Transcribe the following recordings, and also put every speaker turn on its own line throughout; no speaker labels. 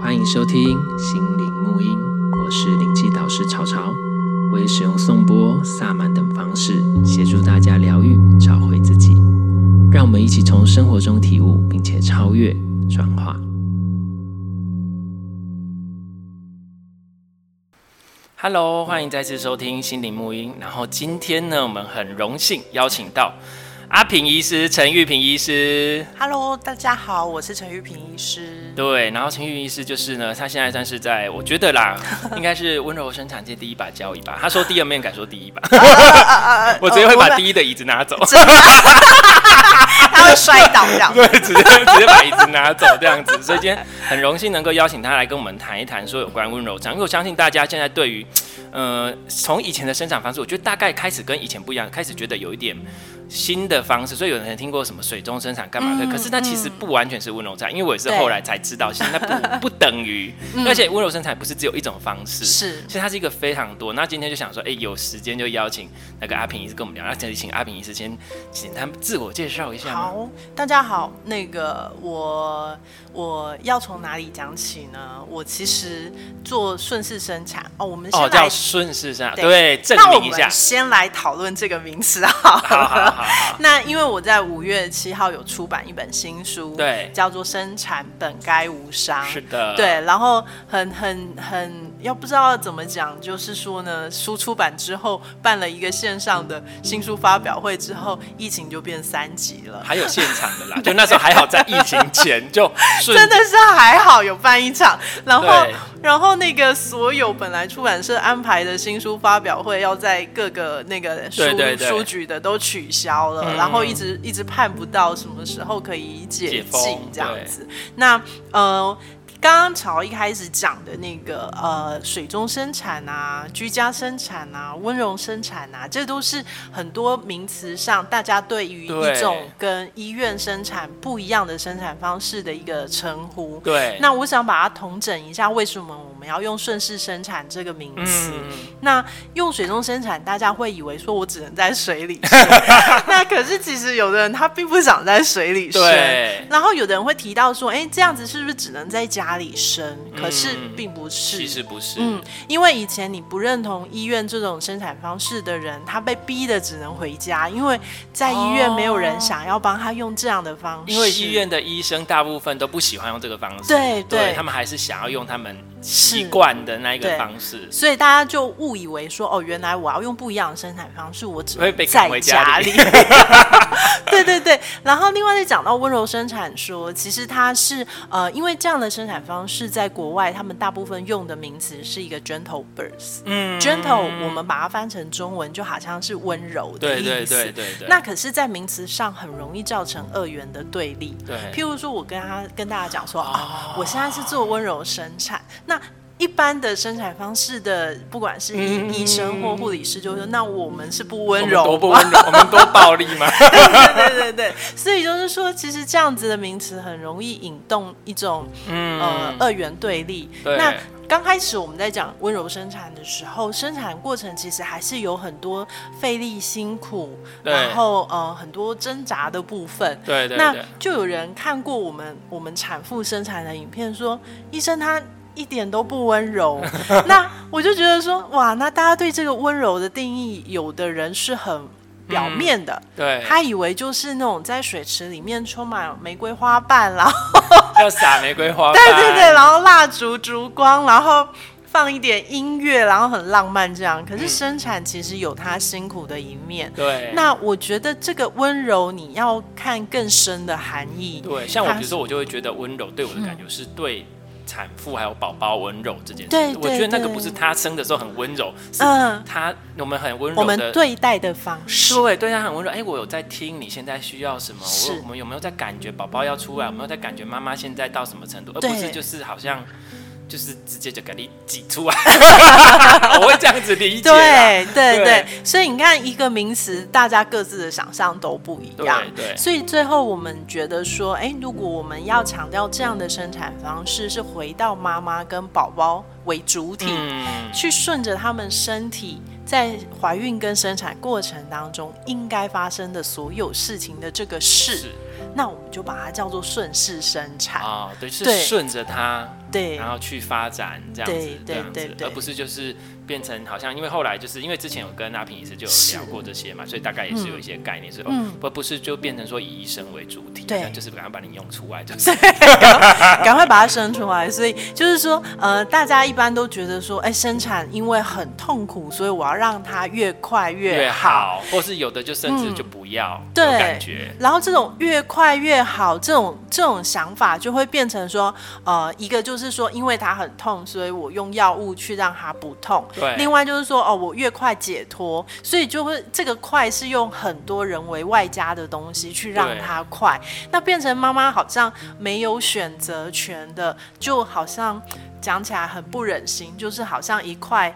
欢迎收听心灵沐音，我是灵气导师潮潮，我也使用颂钵、萨满等方式协助大家疗愈、找回自己。让我们一起从生活中体悟，并且超越、转化。Hello，欢迎再次收听心灵沐音。然后今天呢，我们很荣幸邀请到阿平医师、陈玉平医师。
Hello，大家好，我是陈玉平医 师。
对，然后陈玉医师就是呢，他现在算是在，我觉得啦，应该是温柔生产界第一把交椅吧。他说第二面敢说第一吧，我直接会把第一 的椅子拿走，
他会摔倒这样。
对， 直接直接把椅子拿走这样子。所以今天很荣幸能够邀请他来跟我们谈一谈说有关温柔肠，因为我相信大家现在对于，呃，从以前的生产方式，我觉得大概开始跟以前不一样，开始觉得有一点。新的方式，所以有人听过什么水中生产干嘛的，
嗯
可是那其实不完全是温柔产，因为我也是
对
后来才知道，其实那不不等于，而且温柔生产不是只有一种方式，
嗯是
其实它是一个非常多。那今天就想说，哎、有时间就邀请那个阿平医师跟我们聊。那请请阿平医师先简单自我介绍一下吗。
好，大家好，那个我我要从哪里讲起呢？我其实做顺势生产哦，我们
哦，
先来，
叫顺势生产，对，
对
证
那我
明一下
们。先来讨论这个名词好了。
好好好好，
那因为我在五月七号有出版一本新书，
对
叫做《生产本该无伤》，
是的，，
啊对，然后很很很，要不知道怎么讲，就是说呢，书出版之后办了一个线上的新书发表会之后，疫情就变三级了。
还有现场的啦，就那时候还好，在疫情前 就顺
真的是还好有办一场，然后
对
然后那个所有本来出版社安排的新书发表会要在各个那个书
对对对
书局的都取消了，
嗯
然后一直一直盼不到什么时候可以
解
解
封
禁这样
对
子。那呃。刚刚朝一开始讲的那个呃，水中生产啊、居家生产啊、温柔生产啊，这都是很多名词上大家对于
对
一种跟医院生产不一样的生产方式的一个称呼。
对，
那我想把它统整一下，为什么我们要用顺势生产这个名词？
嗯，
那用水中生产，大家会以为说我只能在水里 生，那可是其实有的人他并不想在水里生。
对，
然后有的人会提到说，哎，这样子是不是只能在家里生？可是
嗯
并不是，
其实不是，
嗯，因为以前你不认同医院这种生产方式的人，他被逼的只能回家，因为在医院没有人想要帮他用这样的方式，
因为医院的医生大部分都不喜欢用这个方式，
对
对，
对
他们还是想要用他们习惯的那一个
对
方式，
所以大家就误以为说，哦，原来我要用不一样的生产方式，我只能
会被赶
在
回家
家
里
里。 对对对，然后另外再讲到温柔生产说，其实它是呃，因为这样的生产方式在国外，他们大部分用的名词是一个 gentle birth。
嗯
gentle 我们把它翻成中文，就好像是温柔的
对
意思。
对对对对，
那可是，在名词上很容易造成二元的对立。
对
譬如说，我跟他跟大家讲说、
哦
啊，我现在是做温柔生产，那。一般的生产方式的，不管
嗯
是医、医生或护理师，就会说，那我们是不温
我们多
柔
不
吗？
温柔，我们多暴力吗？
对对对对，所以就是说，其实这样子的名词很容易引动一种呃
嗯，
二元对立。
对
那刚开始我们在讲温柔生产的时候，生产过程其实还是有很多费力、辛苦，
对
然后呃很多挣扎的部分。
对对
那
对，
就有人看过我们我们产妇生产的影片说，医生他一点都不温柔。 那我就觉得说，哇，那大家对这个温柔的定义，有的人是很表面的，
嗯对，
他以为就是那种在水池里面充满玫瑰花 瓣啦，
要撒玫瑰花瓣，
对对对，然后蜡烛、烛光，然后放一点音乐，然后很浪漫这样。可是生产其实有它辛苦的一面。
对，
那我觉得这个温柔，你要看更深的含义。
对，像我
它
比如说，我就会觉得温柔对我的感
嗯
觉是对。产妇还有宝宝温柔这件事，
对
我
对
觉得那个
对
不是她生的时候很温柔，是
嗯
她我们很温柔的，
我们对待的方式，
对，对他很温柔。哎、我有在听你现在需要什么？
是
我我们有没有在感觉宝宝要出来？有没有在感觉妈妈现在到什么程度？而
对
不是就是好像就是直接就给你挤出来。 我会这样子理解啊啦。
对对
对
对，所以你看，一个名词，大家各自的想象都不一样。
对对
所以最后我们觉得说，哎，如果我们要强调这样的生产方式是回到妈妈跟宝宝为主体，
嗯，
去顺着他们身体在怀孕跟生产过程当中应该发生的所有事情的这个事，
是
那我们就把它叫做顺势生产。
啊、对，是
对
顺着它，
对
然后去发展这样子
对，
这
对
样
对
子，
对
而不是就是变成好像，因为后来就是因为之前有跟阿平医师就有聊过这些嘛，所以大概也是
嗯
有一些概念是，哦，不不是就变成说以医生为主体，
对
这样就是赶快把你用出来，就是
赶快把它生出来。所以就是说，呃，大家一般都觉得说，哎、生产因为很痛苦，所以我要让它越快
越
越好。嗯
好，或是有的就甚至就不要，有
对
感觉，
然后这种越快越好，这种这种想法就会变成说，呃，一个就是说，因为它很痛，所以我用药物去让它不痛。
哎对
另外就是说，哦，我越快解脱，所以就会这个快是用很多人为外加的东西去让
对
它快，那变成妈妈好像没有选择权的，就好像讲起来很不忍心，就是好像一块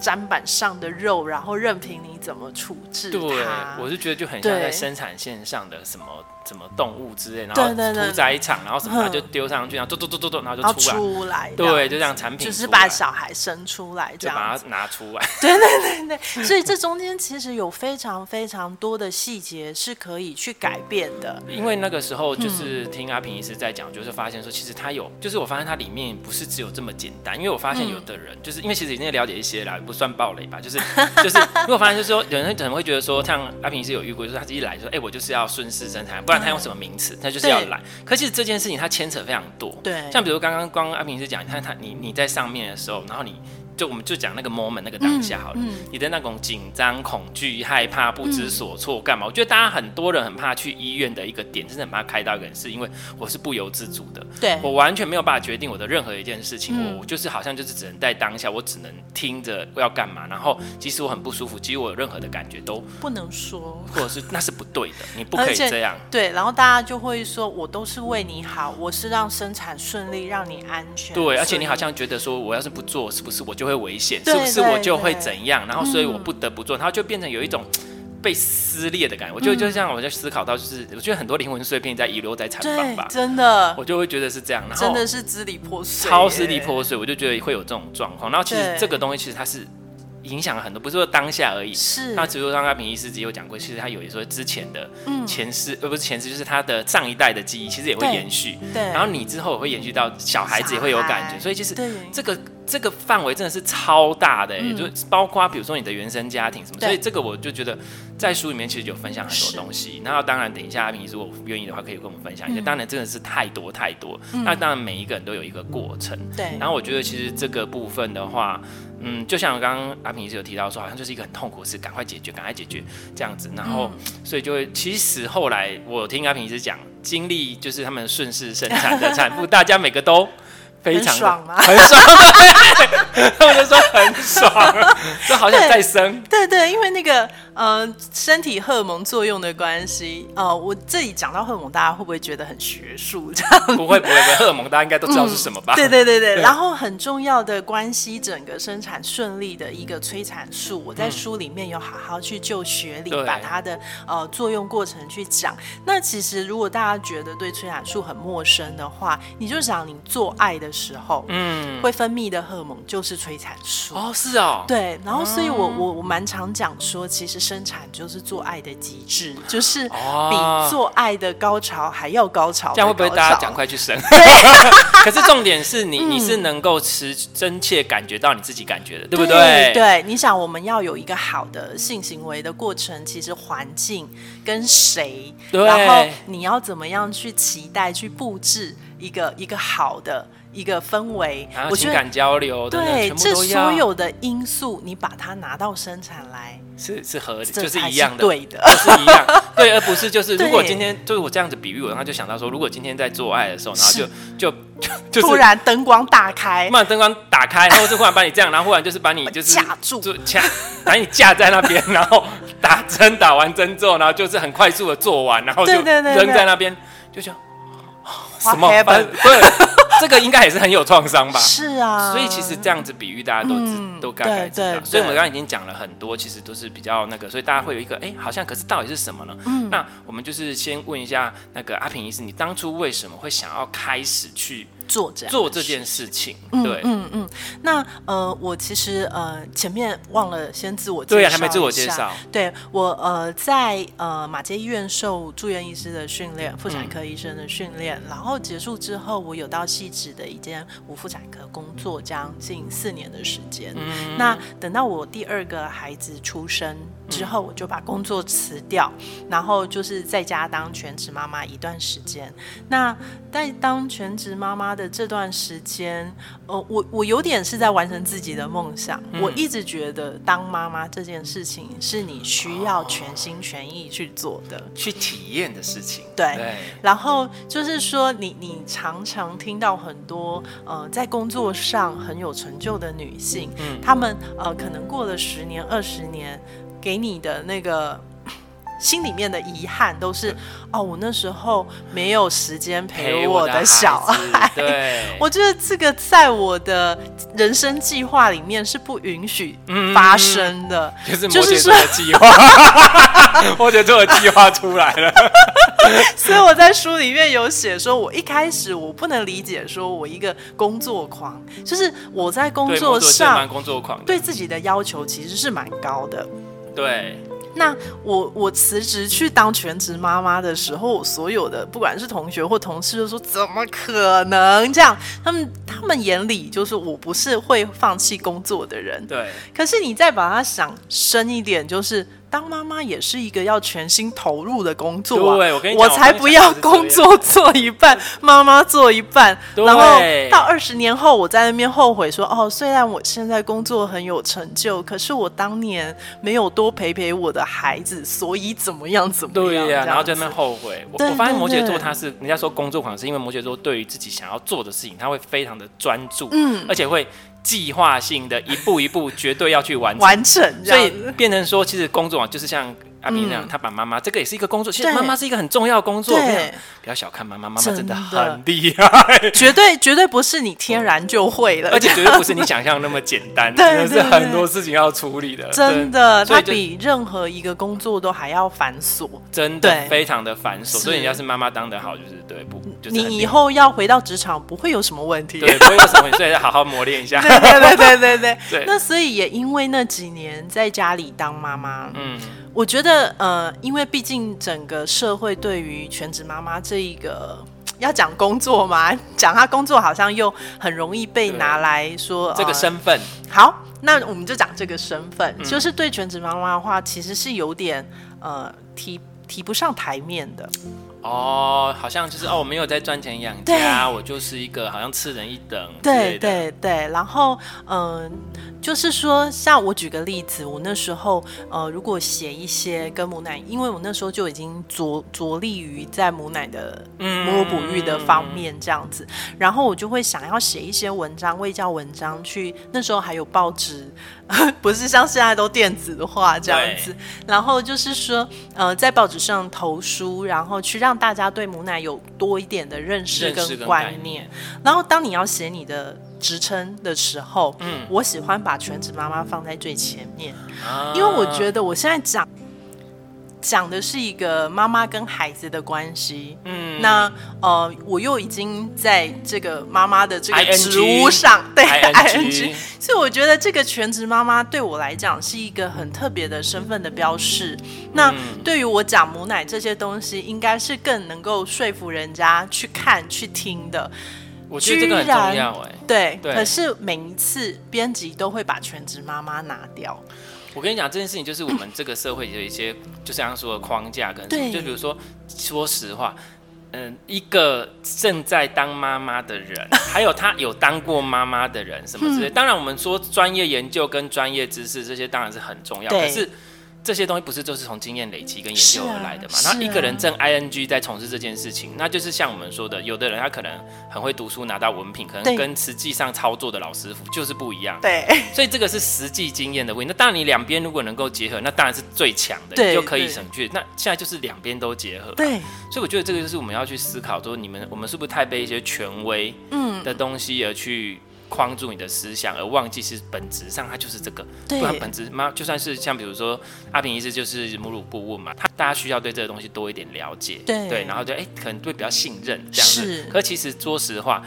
砧板上的肉，然后任凭你怎么处置
对，
它。
我是觉得就很像在
对
生产线上的什么什么动物之类，然
对对
后
对
屠宰场，然后什么它
嗯
就丢上去，然后嘟嘟嘟嘟嘟，然后
然后
就出来，
出来，
对，就这样产品
就是
出
把
来
小孩生出来
就
这样
把
子。
它拿出来，
所以这中间其实有非常非常多的细节是可以去改变的。
因为那个时候就是听阿平医师在讲，就是发现说，其实他有，就是我发现它里面不是只有这么简单，因为我发现有的人，就是因为其实已经了解一些啦，不算暴雷吧，就是 就是，因为我发现就是说，有人可能会觉得说，像阿平医师有遇过，就是他一来就说，哎、我就是要顺势生产，不然他用什么名词，他就是要
对
来。可其实这件事情它牵扯非常多，
对
像比如刚刚光阿平医师讲，你看他你你在上面的时候，然后你。就我们就讲那个 moment 那个当下好了，
嗯
你的那种紧张、恐惧、害怕、不知所措，干嘛？我觉得大家很多人很怕去医院的一个点，真的很怕开刀一个人，是因为我是不由自主的，
对嗯
我完全没有办法决定我的任何一件事情，我我就是好像就是只能在当下，我只能听着要干嘛，然后即使我很不舒服，即使我有任何的感觉都，
不能说。
或者是那是不对的，你不可
而
以
且
这样，
对，然后大家就会说，我都是为你好，我是让生产顺利，让你安全。
对，而且
所以
你好像觉得说，我要是不做，是不是我就会危险？是
对
不是我
对
就会
对嗯
怎样？然后，所以我不得不做，然后就变成有一种被撕裂的感觉。我觉
嗯
得就像我在思考到，就是我觉得很多灵魂碎片在遗留在产房
对
吧，，
真的
我就会觉得是这样，然
真
后
的是支离破碎耶，
超支离破碎，我就觉得会有这种状况。然后其实
对
这个东西其实它是影响了很多，不是说当下而已，
是
那只有刚刚平医师也有讲过，其实他有时候之前的前世，呃，不是前世，就是他的上一代的记忆，其实也会
嗯对
延续。
对
然后你之后也会延续到小孩子也会有感
小
觉，
孩
所以其实
对嗯
这个这个范围真的是超大的、欸，就是包括比如说你的原生家庭什么，
对
所以这个我就觉得在书里面其实有分享很
是
多东西。那当然，等一下阿平医师如果愿意的话，可以跟我们分
嗯
享一下。当然真的是太多太多，那当然每一个人都有一个过程。
对
然后我觉得其实这个部分的话，嗯，就像刚刚阿平也是有提到说，好像就是一个很痛苦的事，赶快解决，赶快解决这样子。然后，
嗯
所以就会，其实后来我听阿平是讲，经历就是他们顺势生产的产妇，大家每个都 非常
很爽吗啊
很爽，对， 他们就说很爽， 就好想再生。
对对，因为那个呃，身体荷尔蒙作用的关系，呃，我这里讲到荷尔蒙，大家会不会觉得很学术？ 这样
不会不会不会，荷尔蒙大家应该都知道是什么吧？
对对对对，然后很重要的关系整个生产顺利的一个催产素，我在书里面有好好去就学理
嗯对
把它的呃作用过程去讲。那其实如果大家觉得对催产素很陌生的话，你就想你做爱的时候，嗯，会分泌的荷尔蒙就是催产素。
哦，是哦，
对，然后所以我、我我蛮常讲说，其实生产就是做爱的极致，就是
哦
比做爱的高潮还要高潮的高潮。
这样会不会大家赶快去 生？ 可是重点是你，
嗯
你是能够持真切感觉到你自己感觉的，对不
对
对？
对，你想我们要有一个好的性行为的过程，其实环境跟谁，
对
然后你要怎么样去期待、去布置一个一个好的一个氛围
然，后
我
啊情
觉得。
感交流等等，
对，
全部
这
都要
所有的因素，你把它拿到生产来，
是是合理，
这
就是
才
一样的，
对的。
就是一样， 对，而不是就是
对
如果今天就是我这样子比喻我，然后就想到说，如果今天在做爱的时候，然后就就就就是
突然灯光大开
忽，然灯光打开，然后就忽然把你这样，然后忽然就是把你就是
架住
就架把你架在那边，然后打针打完针之后，然后就是很快速的做完，然后就
对对对对
扔在那边，就想什
What
么
happened？
反对，这个应该也是很有创伤吧。
是啊，
所以其实这样子比喻，大家都知、
嗯
都大概知
对
道。
对
所以我们
对
刚刚已经讲了很多，其实都是比较那个，所以大家会有一个哎、诶好像可是到底是什么呢？
嗯
那我们就是先问一下那个阿平医师，你当初为什么会想要开始去
做这样
做这件事情。
嗯
对，
嗯嗯，那呃，我其实呃前面忘了先自我介绍，
对啊，还没自我介。绍。
对我呃在呃马街医院受住院医师的训练，妇产科医生的训练，然后结束之后，我有到细致的一间无妇产科工作，将近四年的时间。
嗯
那等到我第二个孩子出生之后，我就把工作辞掉，然后就是在家当全职妈妈一段时间。那在当全职妈妈的这段时间，呃，我我有点是在完成自己的梦想。
嗯
我一直觉得当妈妈这件事情是你需要全心全意去做的。
去体验的事情。
对然后就是说你，你常常听到很多呃，在工作上很有成就的女性，
嗯
她们呃，可能过了十年、二十年，给你的那个 心里面的遗憾都是，哦，我那时候没有时间陪
陪
我
我
的
的
小
孩
孩
子。对，
我觉得这个在我的人生计划里面是不允许
嗯
发生的。
就是
就
摩
是
羯
说
座的计划， 摩羯座的计划出来了。嗯
所以我在书里面有写说，我一开始我不能理解，说我一个工作狂，就是我在工
对，
作
摩羯座
上
蛮工作狂的。
对自己的要求其实是蛮高的。
对，
那我我辞职去当全职妈妈的时候，我所有的不管是同学或同事就说怎么可能这样？他们他们眼里就是我不是会放弃工作的人。
对，
可是你再把它想深一点，就是当妈妈也是一个要全心投入的工作、啊。
对我跟你讲
我才不要工作做一半，妈妈做一半，
对
然后到二十年后，我在那边后悔说：“哦，虽然我现在工作很有成就，可是我当年没有多陪陪我的孩子，所以怎么样怎么样。
对
这样子”
呀、然后在那边后悔。我
对
我发现
对
摩羯座
对
他是人家说工作狂，是因为摩羯座对于自己想要做的事情，他会非常的专注，嗯，而且会计划性的一步一步，绝对要去完成。
完成这
所以
样子，
变成说，其实工作啊，就是像阿平那样，他把妈妈这个也是一个工作，其实
对
妈妈是一个很重要的工作，不要
对，
不要小看妈妈，妈妈真的
真的
很厉 害，
绝对绝对不是你天然就会 了，
而且绝对不是你想象那么简单，
对
真的是
对
很多事情要处理的，
真的，
所
它
以就
比任何一个工作都还要繁琐。
真的
对
非常的繁琐。
是嗯
所以人家是妈妈当的好，就是对不，就是很厉
你
害
以后要回到职场，不会有什么问题。
对，不会有什么，所以要好好磨练一下。
对对对对对
对
那所以也因为那几年在家里当妈妈，
嗯，
我觉得呃，因为毕竟整个社会对于全职妈妈这一个。要讲工作嘛，讲她工作好像又很容易被
对
拿来说
这个
呃
身份，嗯
好，那我们就讲这个身份，就是对全职妈妈的话，其实是有点呃提提不上台面的。
哦，好像就是哦，我没有在赚钱养家，我就是一个好像次人一等之
对
类的，
对对，然后嗯、呃就是说，像我举个例子，我那时候呃，如果写一些跟母奶，因为我那时候就已经着着力于在母奶的
嗯
母乳哺育的方面这样子，然后我就会想要写一些文章，卫教文章去，那时候还有报纸， 不是像现在都电子化这样子，然后就是说呃，在报纸上投书，然后去让大家对母奶有多一点的认识
认识
跟
跟
观
概
念。然后当你要写你的职称的时候，
嗯
我喜欢把全职妈妈放在最前面，
啊
因为我觉得我现在讲讲的是一个妈妈跟孩子的关系。
嗯
那呃，我又已经在这个妈妈的这个
ING
职务上，对
ING
所以我觉得这个全职妈妈对我来讲是一个很特别的身份的标示。那对于我讲母奶这些东西，应该是更能够说服人家去看、去听的。
我觉得这个很
居然
重要哎。
对，
对
可是每一次编辑都会把全职妈妈拿掉，
我跟你讲这件事情，就是我们这个社会有一些，就像说的框架跟什么
对
就比如说，说实话。嗯，一个正在当妈妈的人，还有他有当过妈妈的人，什么
嗯
之类。当然，我们说专业研究跟专业知识这些当然是很重要，
对
可是这些东西不是就是从经验累积跟研究
是啊
而来的嘛？
是
那
啊
一个人正 ing 在从事这件事情，那就是像我们说的，有的人他可能很会读书拿到文凭，可
对
能跟实际上操作的老师傅就是不一样。
对，
所以这个是实际经验的问题。那当然，你两边如果能够结合，那当然是最强的，
对
你就可以
对
省去。那现在就是两边都结合，
对，
所以我觉得这个就是我们要去思考，说你们我们是不是太被一些权威
嗯，
的东西而去框住你的思想，而忘记是本质上它就是这个。
对
不然本质妈就算是像比如说阿平医师就是母乳顾问嘛，他大家需要对这个东西多一点了解，
对
然后就哎、可能会比较信任这样子。
是
可其实说实话。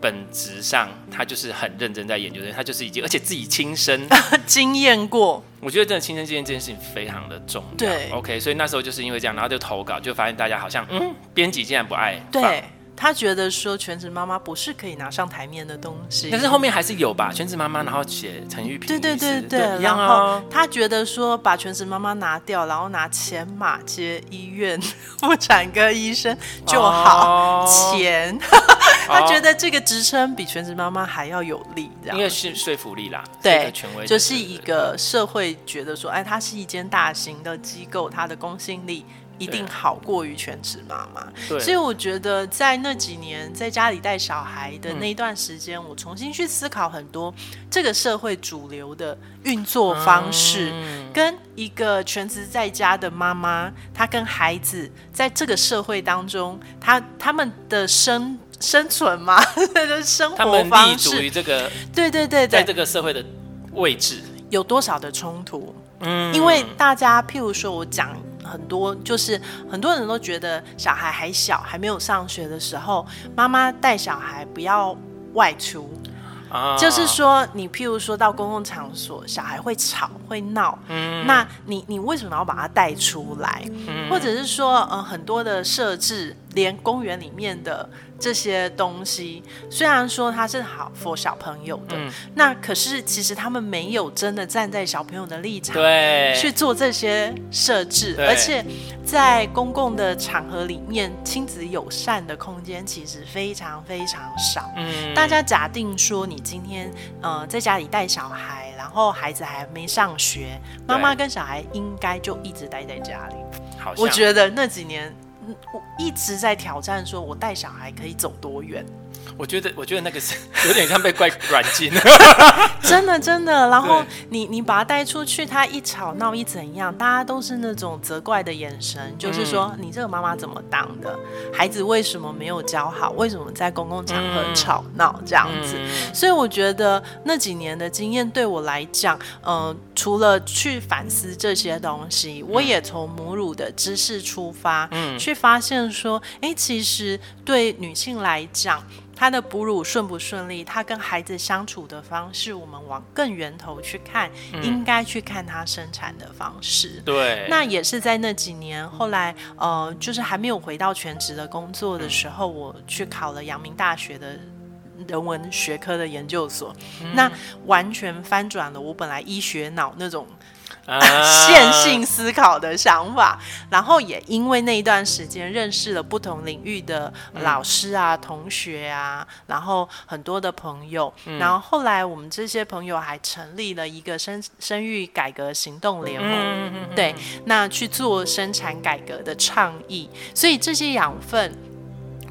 本质上他就是很认真在研究的，他就是已经而且自己亲身，
经验过，
我觉得真的亲身经验这件事情非常的重要。
对
，OK，所以那时候就是因为这样，然后就投稿，就发现大家好像嗯，编辑竟然不爱放
对他觉得说全职妈妈不是可以拿上台面的东西。
但是后面还是有吧，全职妈妈，然后写陈玉萍
对
意思，
对对对，
一
然
样
后
哦。
他觉得说把全职妈妈拿掉，然后拿钱马街医院 妇产科医生就好。
哦
钱， 他觉得这个职称比全职妈妈还要有力，这
哦因为
样
是说服力啦，
对
是一个权威，
就是一个社会觉得说，哎，它是一间大型的机构，它的公信力一定
对
好过于全职妈妈。
对，
所以我觉得在那几年在家里带小孩
嗯
的那一段时间，我重新去思考很多这个社会主流的运作
嗯
方式，跟一个全职在家的妈妈，她跟孩子在这个社会当中，她他们的生生存嘛， 就是生
他
活
们立
方
足
式，
于这个
对对对
在这
对，
个社会的位置，
有多少的冲突？
嗯
因为大家，譬如说我讲很多，就是很多人都觉得小孩还小，还没有上学的时候，妈妈带小孩不要外出，
啊
就是说你譬如说到公共场所，小孩会吵会闹，
嗯
那你你为什么要把他带出来？或者是说，呃，很多的设置，连公园里面的这些东西，虽然说它是好 for 小朋友的，
嗯
那可是其实他们没有真的站在小朋友的立场。
对，
去做这些设置，
对
而且在公共的场合里面，亲子友善的空间其实非常非常少。
嗯
大家假定说，你今天呃在家里带小孩，然后孩子还没上学，妈妈跟小孩应该就一直待在家里。
好像
我觉得那几年，嗯我一直在挑战，说我带小孩可以走多远。
我觉得我觉得那个是 有点像被怪软禁，
真的真的，然后你你把他带出去，他一吵闹一怎样，大家都是那种责怪的眼神，就是说、你这个妈妈怎么当的，孩子为什么没有教好，为什么在公共场合
嗯
吵闹这样子。
嗯
所以我觉得那几年的经验对我来讲，呃，除了去反思这些东西，我也从母乳的知识出发，
嗯
去发现说，诶，其实对女性来讲。她的哺乳顺不顺利，她跟孩子相处的方式，我们往更源头去看，应该去看她生产的方式。
对，嗯
那也是在那几年，后来呃，就是还没有回到全职的工作的时候，我去考了阳明大学的人文学科的研究所，
嗯
那完全翻转了我本来医学脑那种
啊
线性思考的想法。然后也因为那一段时间认识了不同领域的老
嗯
师啊、同学啊，然后很多的朋友。
嗯
然后后来我们这些朋友还成立了一个生生育改革行动联盟。
嗯
对，那去做生产改革的倡议，所以这些养分。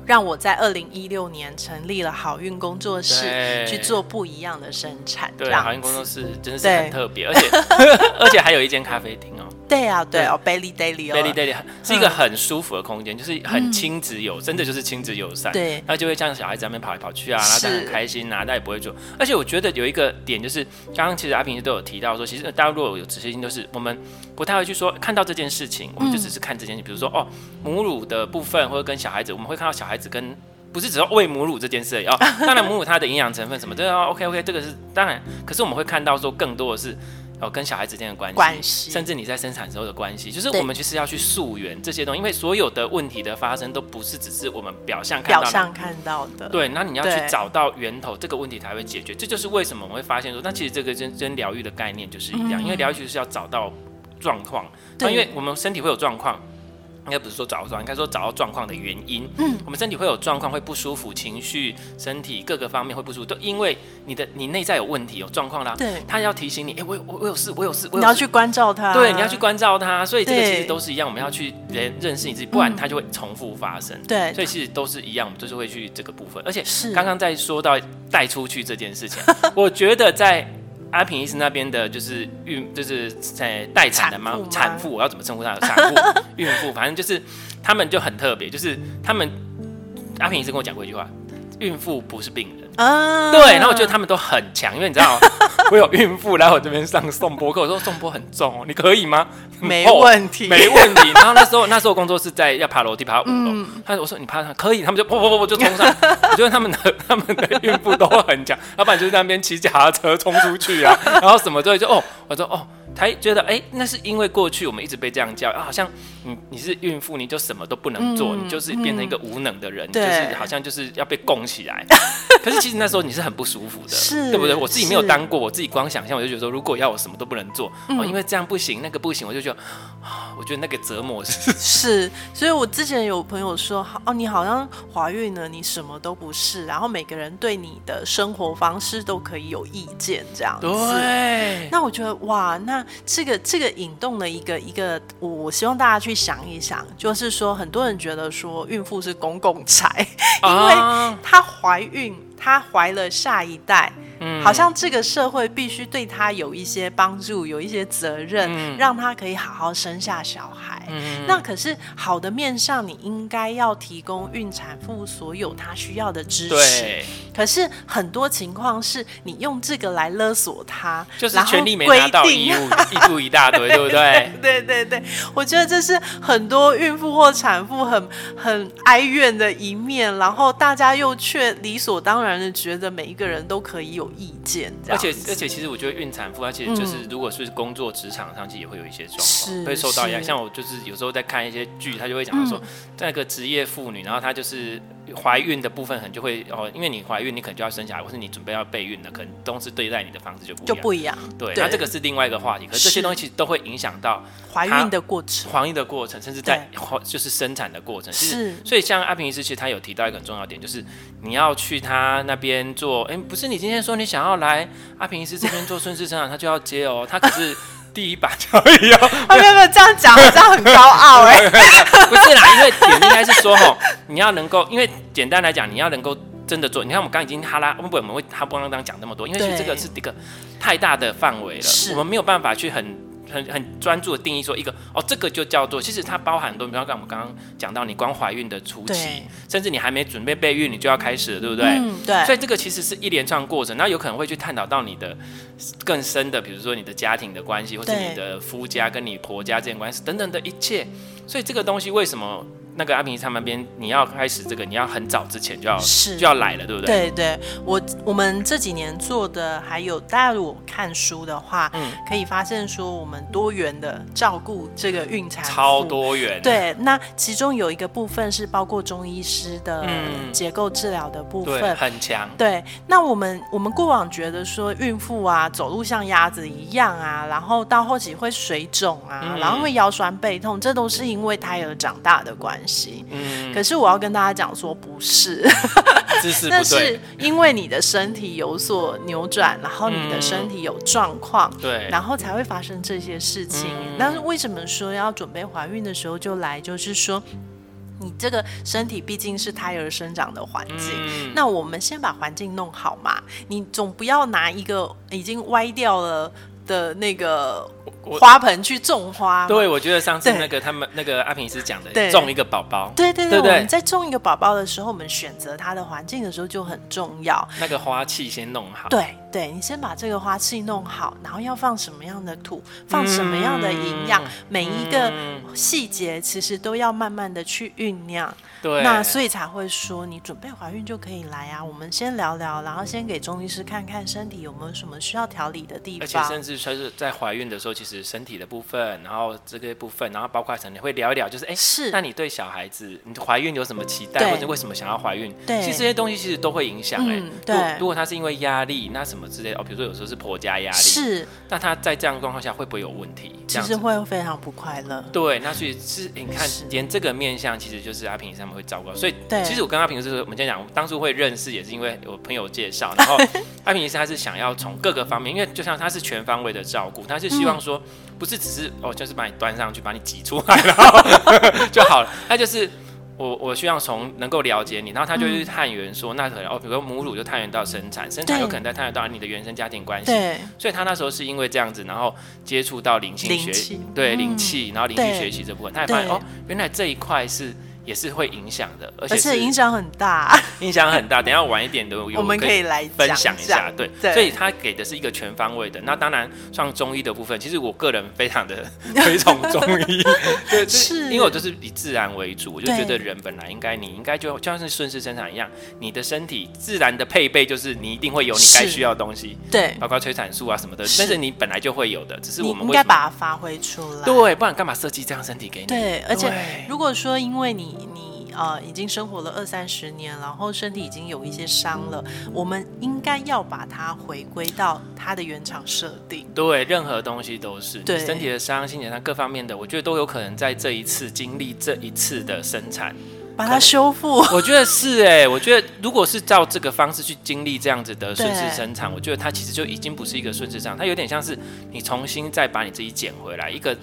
让我在二零一六年成立了好运工作室，
对
去做不一样的生产。这
对，
样
好像工作
子
室真的是
对
很特别，而且 而且还有一间咖啡厅哦
对啊，对哦，Bailey Daily 哦嗯
b a i l y Daily 是一个很舒服的空间，就是很亲子友，真的就是亲子友善。
对
那就会像小孩子在那边跑来跑去啊，然后
是
他很开心啊，他也不会做。而且我觉得有一个点就是，刚刚其实阿平都有提到说，其实呃大家如果有仔细听，就是我们不太会去说看到这件事情，我们就只是看这件事情，比如说哦，
嗯
母乳的部分或者跟小孩子，我们会看到小孩子跟。不是只要喂母乳这件事而已哦，当然母乳它的营养成分什么，这个 OK OK，这个是当然。可是我们会看到说更多的是哦跟小孩之间的关系，
关系
甚至你在生产时候的关系，就是
对
我们其实要去溯源这些东西，因为所有的问题的发生都不是只是我们表象看到
表
的
上看到的。
对，那你要
对
去找到源头，这个问题才会解决。这就是为什么我们会发现说，那其实这个跟跟疗愈的概念就是一样，因为疗愈就是要找到状况，那
嗯对
因为我们身体会有状况。应该不是说找到状况，应该说找到状况的原因。嗯，我们身体会有状况，会不舒服，情绪、身体各个方面会不舒服，都因为你的你内在有问题，有状况啦。
对
他要提醒你，哎、我有我我有事，我有事，我有
你要
事
去关照他。啊
对，你要去关照他，所以这个其
对
实都是一样，我们要去认认识你自己，不然它就会重复发生。
对
所以其实都是一样，我们就是会去这个部分。而且
是
刚刚在说到带出去这件事 情，我觉得在阿平医师那边的，就是孕，就是在待产的妈
产妇吗
产妇，我要怎么称呼她？产 妇、孕妇，反正就是他们就很特别，就是他们阿平医师跟我讲过一句话：孕妇不是病人，
啊，
对，然后我觉得他们都很强，因为你知道，我有孕妇来我这边上颂钵课，我说颂钵很重哦，你可以吗？
没
哦
问题
没问题。然后那时候那时候工作是在要爬楼梯爬到五楼，他我说你爬上可以，他们就噗哦噗噗噗就冲上。我觉得他们的他们的孕妇都很强，要不然就是在那边骑脚踏车冲出去啊，然后什么对就哦，我说哦。才觉得，哎、那是因为过去我们一直被这样教，啊、好像你你是孕妇，你就什么都不能做，你就是变成一个无能的人，你就是
对
好像就是要被供起来。 可是其实那时候你是很不舒服的，
是
对不对？我自己没有
是
当过，我自己光想象我就觉得说，如果要我什么都不能做，哦，因为这样不行，那个不行，我就觉得， 啊我觉得那个折磨 是，
是，所以我之前有朋友说，哦，你好像怀孕了，你什么都不是，然后每个人对你的生活方式都可以有意见，这样子。
对，
那我觉得哇，那这个这个引动的一个一个，我我希望大家去想一想，就是说很多人觉得说孕妇是公共财， 因为
啊
她怀孕，她怀了下一代，
嗯
好像这个社会必须对她有一些帮助，有一些责任，
嗯
让她可以好好生下小孩。那可是好的面上，你应该要提供孕产妇所有她需要的支持。
对，
可是很多情况是你用这个来勒索她，
就是
然后
权利没
规
拿到，
定啊
义务义务一大堆，对不对？
对对对，我觉得这是很多孕妇或产妇很很哀怨的一面，然后大家又却理所当然的觉得每一个人都可以有意见，这
而
样
且
子嗯
而且，其实我觉得孕产妇，她其实就是如果是工作职场上，其实也会有一些状况
是
会受到压力。
是嗯
像我就是有时候在看一些剧，她就会讲到说，那个职业妇女，然后她就是怀孕的部分，可能就会哦，因为你怀孕，你可能就要生小孩，或是你准备要备孕了，可能公司对待你的方式就不一
就
样。
不一样。
对，
对
那这个是另外一个话题，可是这些
是
东西其实都会影响到
怀
她
孕的过 程
怀孕的过程，甚至在怀就是生产的过程。其实
是
所以像阿平医师，其实他有提到一个很重要点，就是你要去他那边做，哎、不是你今天说你想要来阿平医师这边做顺势生产，他就要接哦，他可是第一把交椅哦，
啊，没有没有这样讲，这样很高 傲哎、
不是啦，因为点应该是说吼，你要能够，因为简单来讲，你要能够。真的做，你看我们刚刚已经哈拉，不，我们会哈不啷当讲那么多，因为其实
对
这个是一个太大的范围了，
是
我们没有办法去很很很专注的定义说一个哦，这个就叫做，其实它包含很多，比方刚我们刚刚讲到，你光怀孕的初期
对，
甚至你还没准备备孕，你就要开始了，对不对？
嗯，对，
所以这个其实是一连串过程，那有可能会去探讨到你的更深的，比如说你的家庭的关系，或是
对
你的夫家跟你婆家之间的关系等等的一切。所以这个东西为什么那个阿平他们那边你要开始这个，你要很早之前就要
是
就要来了，对不对？
对对，我我们这几年做的，还有大家如果看书的话，
嗯
可以发现说我们多元的照顾这个孕产妇
超多元，，
对，那其中有一个部分是包括中医师的
嗯
结构治疗的部
对，
分。
很强，
对，那我们我们过往觉得说孕妇啊走路像鸭子一样啊，然后到后期会水肿啊，
嗯
然后会腰酸背痛，这都是因为胎儿长大的关系。
嗯，
可是我要跟大家讲说，不是，
姿势
那
不
是
对，
因为你的身体有所扭转，然后你的身体有状况，
对，
然后才会发生这些事情
嗯。
但是为什么说要准备怀孕的时候就来？就是说，你这个身体毕竟是胎儿生长的环境。
嗯
那我们先把环境弄好嘛，你总不要拿一个已经歪掉了的那个
我
花盆去种花。
对，我觉得上次
对
那个他们那个阿平是讲的，
对
种一个宝宝，
对对
对
对，
不对
我们在种一个宝宝的时候，我们选择它的环境的时候就很重要。
那个花器先弄好，
对对，你先把这个花器弄好，然后要放什么样的土，放什么样的营养，
嗯
每一个
嗯
细节其实都要慢慢的去酝酿。
对，
那所以才会说，你准备怀孕就可以来啊。我们先聊聊，然后先给中医师看看身体有没有什么需要调理的地
而且
方。
甚至说是在怀孕的时候，其实身体的部分，然后这个部分，然后包括可能会聊一聊，就是哎，
是
那你对小孩子，你怀孕有什么期待，
对
或者为什么想要怀孕？
对
其实这些东西其实都会影响哎、
嗯
如果
对
如果他是因为压力，那什么之类的哦，比如说有时候是婆家压力，，
是，
那他在这样的状况下会不会有问题？这
其
样
实
子。
会非常不快乐。
对，那所以是，诶你看
是，
连这个面向其实就是阿平他们会照顾到。所以，
对
其实我跟阿平是，我们今天讲，我当初会认识也是因为我朋友介 绍，然后阿平是他是想要从各个方面，因为就像他是全方位的照顾，他是希望
嗯
说，不是只是哦，就是把你端上去，把你挤出来，然后 就好了，他就是。我我希望从能够了解你，然后他就
嗯
去探源说，那可能哦，比如说母乳就探源到生产，生产
对
有可能再探源到你的原生家庭关系，
对，
所以他那时候是因为这样子，然后接触到灵性
灵
学，
气
对
嗯
灵气，然后灵性
对
学习这部分，他也发现
对
哦，原来这一块是也是会影响的，而
而
且
且
是
影响很大，
影响很大。等一下晚一点 的，
我们可以来
分
讲
享一下，对，
对
所以他给的是一个全方位的。那当然，像中医的部分，其实我个人非常的 推崇中 医，对，就是
是
因为我就是以自然为主，我就觉得
对
人本来应该，你应该就就像是顺势生长一样，你的身体自然的配备就是你一定会有你该
是
需要的东西，
对，
包括催产素啊什么的，
是
但是你本来就会有的，只是
你
我们
应
为
该
什么
把它发挥出来。
对，不然干嘛设计这样身体给你？
对，而且
对
如果说因为你你呃已经生活了二三十年，然后身体已经有一些伤了，我们应该要把它回归到它的原厂设定。
对，任何东西都是，
对
身体的伤、心理上各方面的，我觉得都有可能在这一次经历这一次的生产。
把
可
它
能
修复，
我觉得是哎、我觉得如果是照这个方式去经历这样子的顺势生产，我觉得它其实就已经不是一个顺势上，它有点像是你重新再把你自己捡回来一个。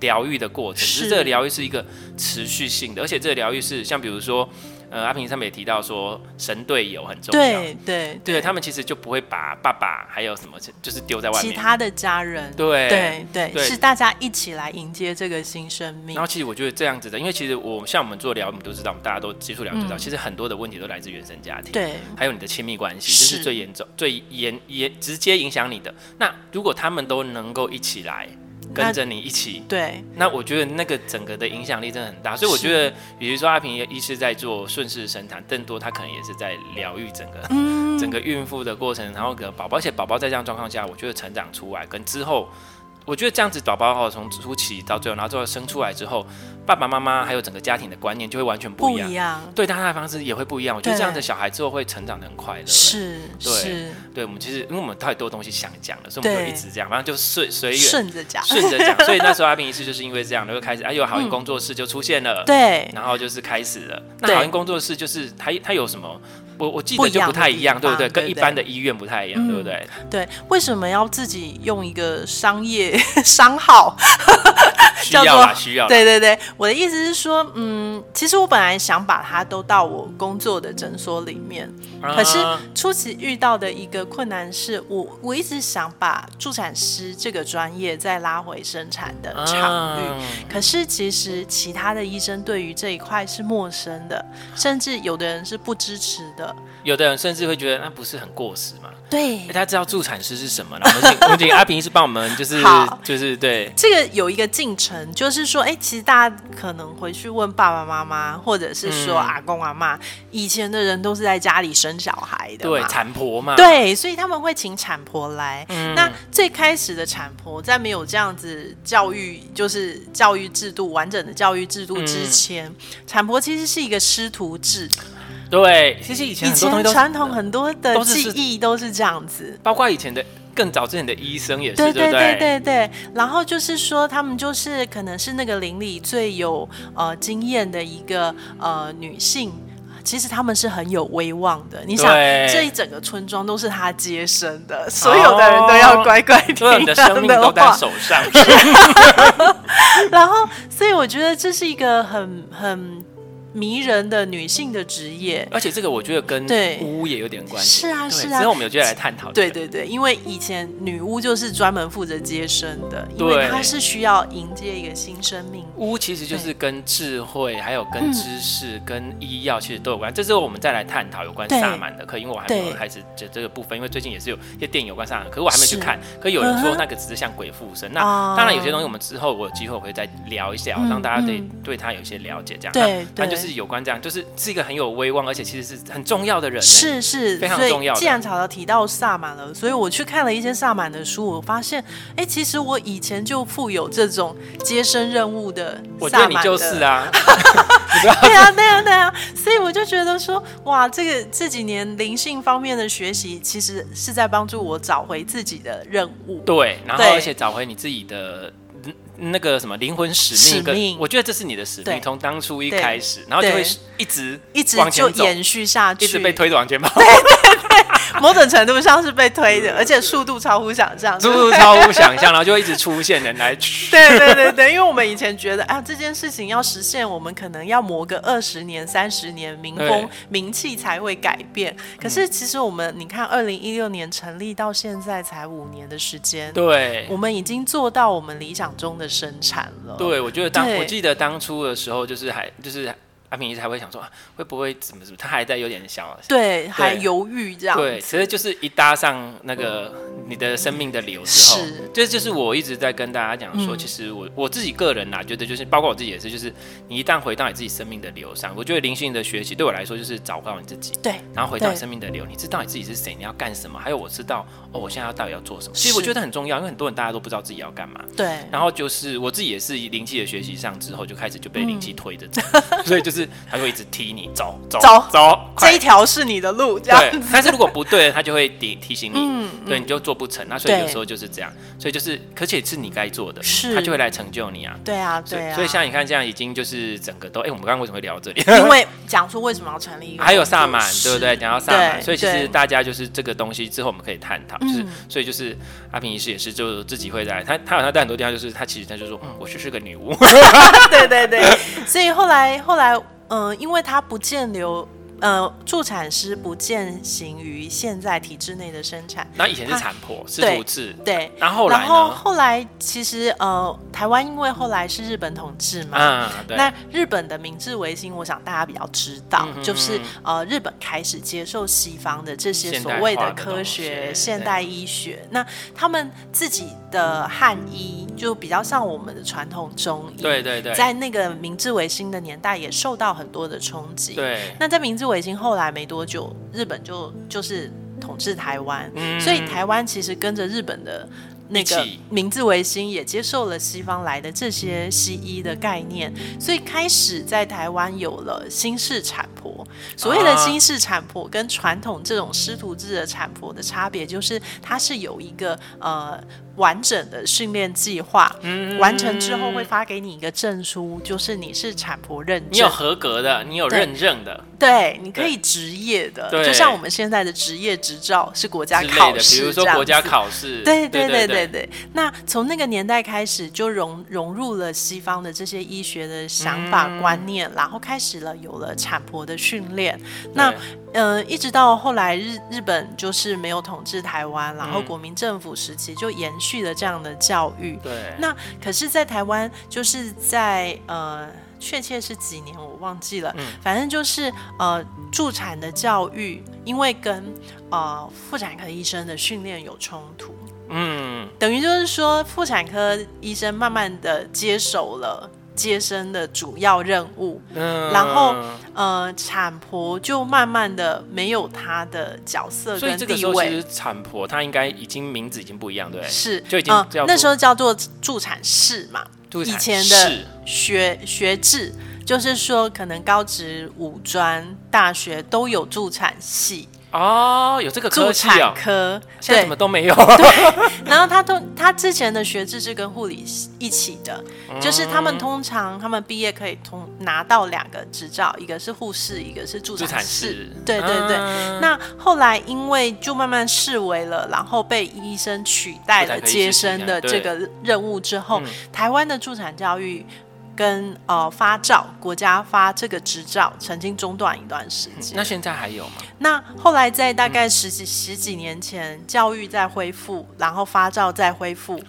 疗愈的过程，只是
是
这个疗愈是一个持续性的，而且这个疗愈是像比如说，呃，阿平上面也提到说神队友很重要，
对对
对他们其实就不会把爸爸还有什么就是丢在外
其
面，
他的家人，
对
对对
对
是大家一起来迎接这个新生命
然后。其实我觉得这样子的，因为其实我像我们做疗，我们都知道，我们大家都接触疗愈知道，
嗯
其实很多的问题都来自原生家庭，，
对，
还有你的亲密关系，
是
这是最严重、最严也直接影响你的。那如果他们都能够一起来跟着你一起。
对，
那我觉得那个整个的影响力真的很大，所以我觉得，比如说阿平也一是在做顺势生产，更多他可能也是在疗愈整个、整个孕妇的过程，然后给宝宝，而且宝宝在这样状况下，我觉得成长出来跟之后，我觉得这样子宝宝哦从初期到最后，然后最后生出来之后，爸爸妈妈还有整个家庭的观念就会完全不一
不
样
一，样，
对待他的方式也会不一样。我觉得
对
这样的小孩之后会成长的很快乐。
是
对
是，
对我们其实因为我们太多东西想讲了，所以我们就
对
一直这样，反正就顺随缘。
顺着讲，
顺着讲，所以那时候阿平一次就是因为这样，然后就开始哎呦，好运工作室就出现了，
嗯对，
然后就是开始了。那
对
好运工作室就是它它有什么？我我记
不
得
一
就
样
不太
的
一
地
样，对不对？
方
跟
嗯对
一
对
般的医院不太一样，对不
嗯
对？
对，为什么要自己用一个商业 商号？
需
叫
要啦，
做
需要啦。
对对对，我的意思是说，嗯，其实我本来想把它都到我工作的诊所里面，
啊
可是初期遇到的一个困难是我我一直想把助产师这个专业再拉回生产的场域。
啊
可是，其实其他的医生对于这一块是陌生的，甚至有的人是不支持的。
有的人甚至会觉得那不是很过时 嘛？
对
哎，他知道助产师是什么，然后我们请我们请阿平是帮我们就是
好
就是对
这个有一个进程，就是说，哎、其实大家可能回去问爸爸妈妈，或者是说
嗯
阿公阿妈，以前的人都是在家里生小孩的
对
嘛
产婆嘛，嗯
对，所以他们会请产婆来。那最开始的产婆在没有这样子教育，就是教育制度完整的教育制度之前，
嗯
产婆其实是一个师徒制。
对，其实以前
以
很多东西
前
都是
传统很多的
都是
记忆都是这样子。
包括以前的更早之前的医生也是，
对
不
对对对，然后就是说，他们就是可能是那个邻里最有呃经验的一个呃女性，其实他们是很有威望的。你想，
对
这一整个村庄都是他接生的，所有的人都要乖乖听
哦所有人的生
他
命
的
都在
话。
手 上。
然后，所以我觉得这是一个很很迷人的女性的职业。
而且这个我觉得跟
对
屋也有点关系。
是啊，
对
是啊
之后，我们有机会来探讨。
对
这个，
对对，因为以前女巫就是专门负责接生的，因为
对
她是需要迎接一个新生命。
屋其实就是跟智慧、还有跟知识、跟医药其实都有关。这之后我们再来探讨有关
对
萨满的课，因为我还没有
对
开始这这个部分，因为最近也是有一些电影有关萨满，可是我还没有去
是
看。可有人
嗯
说
哼
那个只是像鬼附身，那
哦
当然有些东西我们之后我有机会我会再聊一下，
嗯
让大家对
嗯
对他有一些了解。这样，
对
那那就
对
是有关这样，就是是一个很有威望，而且其实是很重要的人。欸
是是，
非常
所以
重要的
既然草草提到萨满了，所以我去看了一些萨满的书，我发现，哎，其实我以前就富有这种接生任务的
我觉得
萨
你
满
就是
的。
啊，
对啊，对啊，对啊，所以我就觉得说，哇，这个这几年灵性方面的学习，其实是在帮助我找回自己的任务。
对，然后
对
而且找回你自己的嗯那个什么灵魂使命跟，
使命
我觉得这是你的使命，
对
从当初一
对
开始，然后就会
对
一直
一直
往
就
前走，
延续下去，
一直被推着往前跑，
某种程度上是被推的，而且速度超乎想 象，
速度超乎想象，然后就会一直出现人来去。
对对对对，因为我们以前觉得啊，这件事情要实现，我们可能要磨个二十年、三十年，民
对
风名气才会改变。可是其实我们，你看，二零一六年成立到现在才五年的时间，
对
我们已经做到我们理想中的生产了。
对，我觉得当
对
我记得当初的时候，就是还就是阿平才会想说、啊、会不会怎么怎么，他还在有点小
对，还犹豫这样子。
对，其实就是一搭上那个你的生命的流之后
是，
这就是我一直在跟大家讲说，
嗯
其实我我自己个人啊啦，觉得就是包括我自己也是，就是你一旦回到你自己生命的流上，我觉得灵性的学习对我来说就是找到你自己，
对，
然后回到你
对
生命的流，你知道你自己是谁，你要干什么，还有我知道哦，我现在要到底要做什么。其实
是嗯
我觉得很重要，因为很多人大家都不知道自己要干嘛。
对，
然后就是我自己也是灵气的学习上之后，就开始就被灵
嗯
气推着走，所以就是他会一直踢你走走
走
走，
这一
快
条是你的路，这样
对
子。，
但是如果不对，他就会提提醒你，
嗯
对，你就做不成。那所以有
对
时候就是这样，所以就是，而且是你该做的，
是
他就会来成就你啊。
对啊，
所以
对啊。
所以像你看，这样已经就是整个都，哎、我们刚刚为什么会聊到 这里？
因为讲说为什么要成立一个，
还有萨满，对不对？？讲到萨满，
对
所以其实
对
大家就是这个东西之后我们可以探讨，就是
嗯
所以就是阿平医师也是就自己会在他他好像在很多地方就是他其实他就说，嗯，我就是个女 巫，
对对对，所以后来后来，嗯、因为他不见流，呃，助产师不践行于现在体制内的生产，
然后以前是产婆，是
对
主治，
对。
然后后来
然后
呢？
后来其实呃，台湾因为后来是日本统治嘛。
啊，对，
那日本的明治维新，我想大家比较知道，
嗯哼
就是呃，日本开始接受西方的这些
现
所
代
谓
化
的
的
科
东
学、
西
现
对
代医学。那他们自己的汉医就比较像我们的传统中医，
对对对，
在那个明治维新的年代也受到很多的冲击。，
对，
那在明治维新后来没多久，日本就就是统治台湾，
嗯
所以台湾其实跟着日本的。
一
那个
起
明治维新也接受了西方来的这些西医的概念，所以开始在台湾有了新式产婆。所谓的
啊
新式产婆跟传统这种师徒制的产婆的差别，就是它是有一个呃完整的训练计划，
嗯
完成之后会发给你一个证书，就是你是产婆认证，
你有合格的，你有
对
认证的
对，你可以职业的，
对
就像我们现在的职业执照是国家
之类
考
的，
试，
比如说国家。考试，
对
对
对对对
对，
对，那从那个年代开始就融融入了西方的这些医学的想法
嗯
观念，然后开始了有了产婆的训练。那呃，一直到后来日日本就是没有统治台湾，然后
嗯
国民政府时期就延续了这样的教育。
对，
那可是，在台湾，就是在呃，确切是几年我忘记
嗯
了，反正就是呃，助产的教育，因为跟呃妇产科医生的训练有冲突，
嗯，
等于就是说，妇产科医生慢慢的接手了接生的主要任务，
嗯
然后呃，产婆就慢慢的没有她的角色
所以
跟
这个
地
时候其
位。
实产婆她应该已经名字已经不一样，对不对，
是，
就已经
呃
叫
那
助
时候叫做助产士嘛，
助
以
产
前的
士
学学制，就是说可能高职、五专、大学都有助产系、
哦，有这个
助
科技
产
哦，
科，
现在
对
怎么。都没有，
然后他都他之前的学制是跟护理一起的，就是他
嗯
们通常他们毕业可以通拿到两个执照，一个是护士，一个是助
助
产
产
士。
士，
对对对
嗯
那后来因为就慢慢视为了，然后被医生取代了接生的这个任务之后，
嗯
台湾的助产教育跟呃发照国家发这个执照曾经中断一段时间。
那现在还有吗？
那后来在大概十几、十几年前，教育再恢复，然后发照再恢复，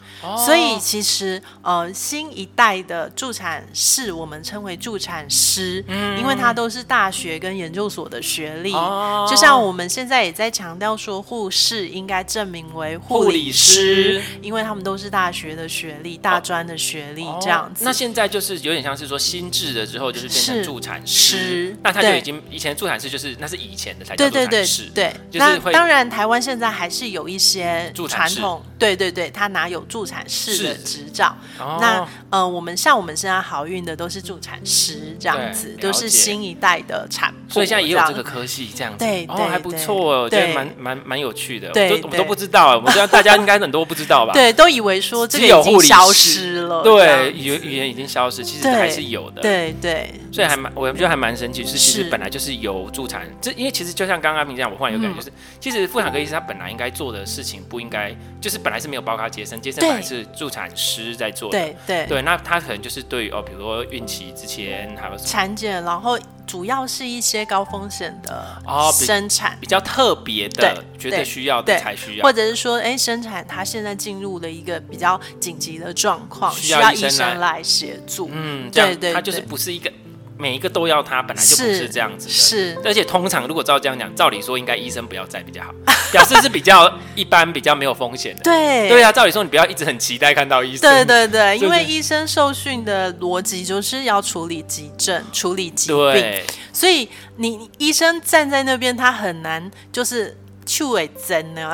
所以
哦
其实呃新一代的助产士，我们称为助产师，因为他都是大学跟研究所的学历。
嗯哦
就像我们现在也在强调说，护士应该证明为护
护
理
理
师
师，
因为他们都是大学的学历、大专的学历这样
哦
子。
那现在就是有点像是说新制了之后，就是变
是
成助产
师
师，那他就
对
已经以前助产师就是那是以前的才叫
对
助
对对
产师，
对，
就是
那
会
当然，台湾现在还是有一些呃
助
传
产士
统，对对对，他拿有助产士的
是
执照。
哦
那呃，我们像我们现在好运的都是助产师这样
对
子，
哦了
都是
解
新一代的产婆，
所以现在也有
样
这个科系这样子，
对对
哦，还不错哦，我觉
对
得蛮蛮蛮有趣的，我
对
都我们
对
都不知道，啊我们知道大家应该很多不知道吧？
对，都以为说这
只
个
有
已经
护理
消
师
失了，这样
对，
子
语言语言已经消失，其实
对
还是有的，
对对
所以还蛮，我觉得还蛮神奇，是其实
是
本来就是有助产，这因为其实就像刚刚阿平这样，我忽然有感觉
嗯
就是，其实妇产科医生他本来应该做的事情不应该，就是本来是没有包括接生，接生
对
本来是助产师在做的，
对对
对，那他可能就是对于哦，比如说孕期之前还有什么
产检，然后主要是一些高风险的
哦比
生产。
比较特别的，
对
觉
对
得需要的
对
才需要
或。者是说，哎，生产它现在进入了一个比较紧急的状况，需
需要
要
医
医
生来
生来协助。
嗯，这样
对对
他就是
对
不是一个每一个都要它，本来就不是这样子的。
是
而且通常如果照这样讲，照理说应该医生不要在比 较好，表示是比较一般、比较没有风险的。
对
对啊，照理说你不要一直很期待看到医生。
对对对，
就
因为
是
医生受训的逻辑就是要处理急症、处理疾病，
对
所以你你医生站在那边，他很难就是去伪真呢。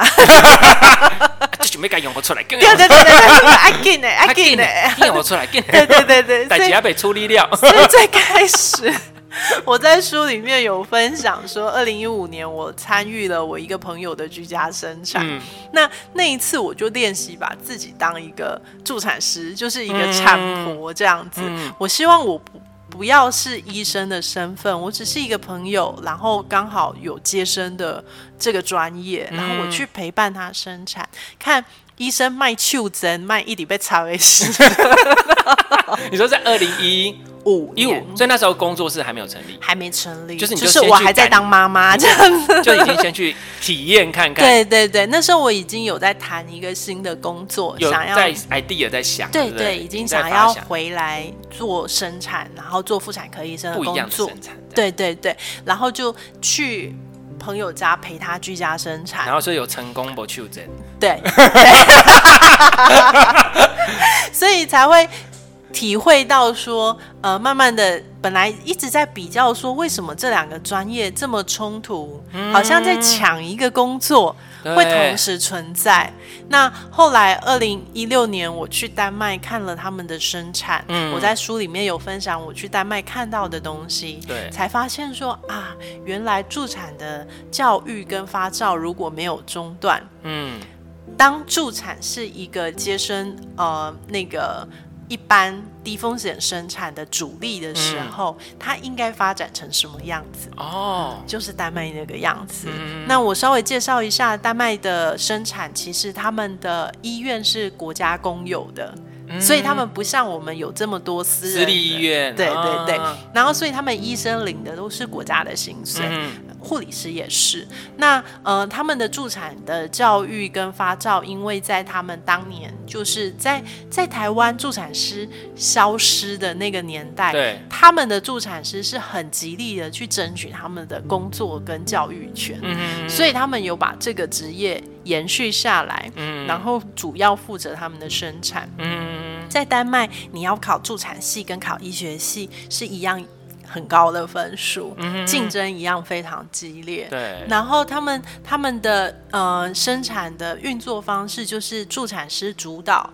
啊就准备该用我出来，更
对对对对对，阿进呢，阿进
紧
呢，
用我出来，更
对对对对，
但
所
其
以
他被处理掉。
所以最开始，我在书里面有分享说，二零一五年我参与了我一个朋友的居家生产。
嗯
那那一次我就练习把自己当一个助产师，就是一个产婆这样子。
嗯
我希望我不。不要是医生的身份，我只是一个朋友，然后刚好有接生的这个专业，然后我
嗯
去陪伴他生产，看医生卖袖针卖一礼被查 为十
你说在二零一
五
一
年
五，所以那时候工作室还没有成立，
还没成立，
就是你就
就是
先
我
去
还在
感
当妈妈这样子。
就已经先去体验看看，
对对对，那时候我已经有在谈一个新的工作，
有
想要
在 idea 在想，
对
不
对，已经
在
想
发
要
想
回来做生产，然后做妇产科医生的
不一样的
工作。
生产，这样，
对对对，然后就去朋友家陪他居家生产
然。后所以有成功不求证，
对，所以才会体会到说，呃，慢慢的，本来一直在比较说，为什么这两个专业这么冲突，好像在抢一个工作
嗯对
会同时存在。那后来，二零一六年我去丹麦看了他们的生产，
嗯
我在书里面有分享我去丹麦看到的东西，
对
才发现说啊，原来助产的教育跟发照如果没有中断，
嗯，
当助产是一个接生呃那个一般低风险生产的主力的时候，
嗯
它应该发展成什么样子？
哦，
就是丹麦那个样子。
嗯
那我稍微介绍一下丹麦的生产，其实他们的医院是国家公有的，所以他们不像我们有这么多私
嗯
人
私
的
立医。院，
对
啊
对对，然后所以他们医生领的都是国家的薪水，
嗯，
护理师也是。那呃，他们的助产的教育跟发照，因为在他们当年就是在在台湾助产师消失的那个年代。
对，
他们的助产师是很极力的去争取他们的工作跟教育权，
嗯
所以他们有把这个职业延续下来，嗯然后主要负责他们的生产。
嗯，
在丹麦，你要考助产系跟考医学系是一样很高的分数，
嗯
竞争一样非常激烈。
对，
然后他们他们的呃生产的运作方式就是助产师主导，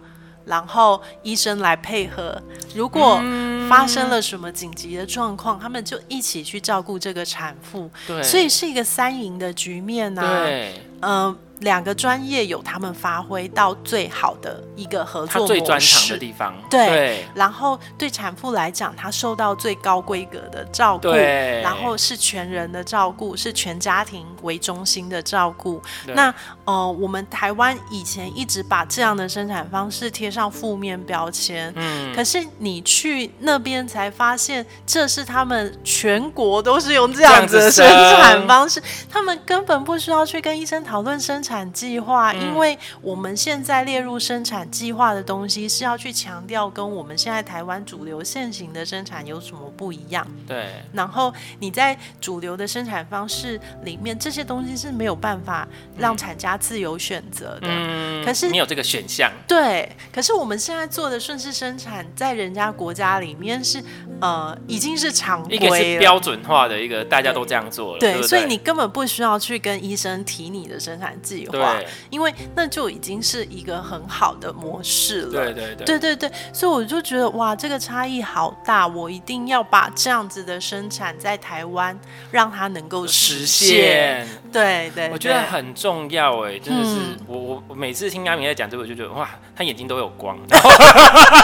然后医生来配合。如果
嗯
发生了什么紧急的状况，他们就一起去照顾这个产妇，
对，
所以是一个三赢的局面呐、
对，
嗯，两个专业有他们发挥到最好的一个合
他
作
最
模
专长的
式。
地方，
对
对
然后对产妇来讲，她受到最高规格的照顾，
对
然后是全人的照顾，是全家庭为中心的照顾。
对
那呃，我们台湾以前一直把这样的生产方式贴上负面标签，
嗯，
可是你去那边才发现，这是他们全国都是用这
样
样子的
子
生
生
产方式，他们根本不需要去跟医生讨论生产计划，
嗯
因为我们现在列入生产计划的东西是要去强调跟我们现在台湾主流现行的生产有什么不一样。
对，
然后你在主流的生产方式里面，这些东西是没有办法让产家自由选择的。
嗯，
可是
你有这个选项，
对，可是我们现在做的顺势生产，在人家国家里面是呃已经是常
一个
规
是
了。
标准化的一个，大家都这样做了，对
对，
不对，
所以你根本不需要去跟医生提你的生产计划
对，
因为那就已经是一个很好的模式了。
对对对
对对对，所以我就觉得哇，这个差异好大，我一定要把这样子的生产在台湾让它能够
实
实现。
现，
对对
我觉得
对
很重要哎、真的是、
嗯
我我我每次听阿明在讲这个，我就觉得哇，他眼睛都有光。 而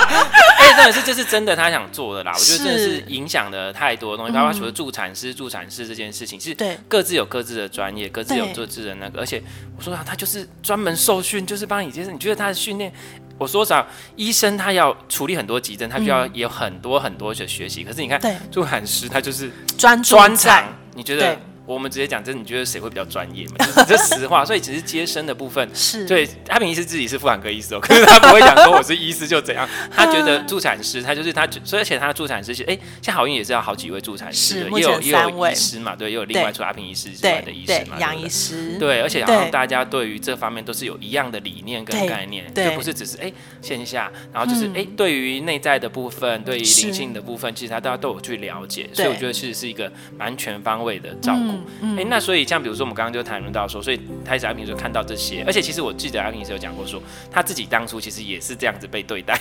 且真的是，这是真的，他想做的啦。我觉得真的是
是嗯
影响了太多的东西，包括除了助产师、助产师这件事情，是
对
各自有各自的专业，各自有
对
各自的那个。而且我说啊，他就是专门受训，就是帮你接生。你觉得他的训练？我说啥？医生他要处理很多急症，他需要有很多很多的学习。可是你看
嗯对
助产师，他就是
专注
专
在
长，你觉
对
得我们直接讲，这你觉得谁会比较专业嘛？就是这实 话，所以只是接生的部分。
是，
对，阿平医师自己是妇产科医师哦， 可是他不会讲说我是医师就怎样，
嗯
他觉得助产师，他就是他，所以而且他的助产师是，哎、像好运也是要好几位助产师
是
的，
目
也
前
有也
三
有
位
医师嘛，对，也有另外
对
除了阿平医师之外
对
的医师
对
嘛，，
杨
对
医师，
对，而且好像
对
大家对于这方面都是有一样的理念跟
对
概念，
对
就不是只是哎、线下，然后就是哎、
嗯
对于内在的部分，对于
是
灵性的部分，其实他大家都有去了解，
对
所以我觉得其实是一个蛮全方位的照顾。
嗯嗯
哎、那所以像比如说我们刚刚就谈论到说，所以开始阿平就看到这些，而且其实我记得阿平是有讲过说，他自己当初其实也是这样子被对待，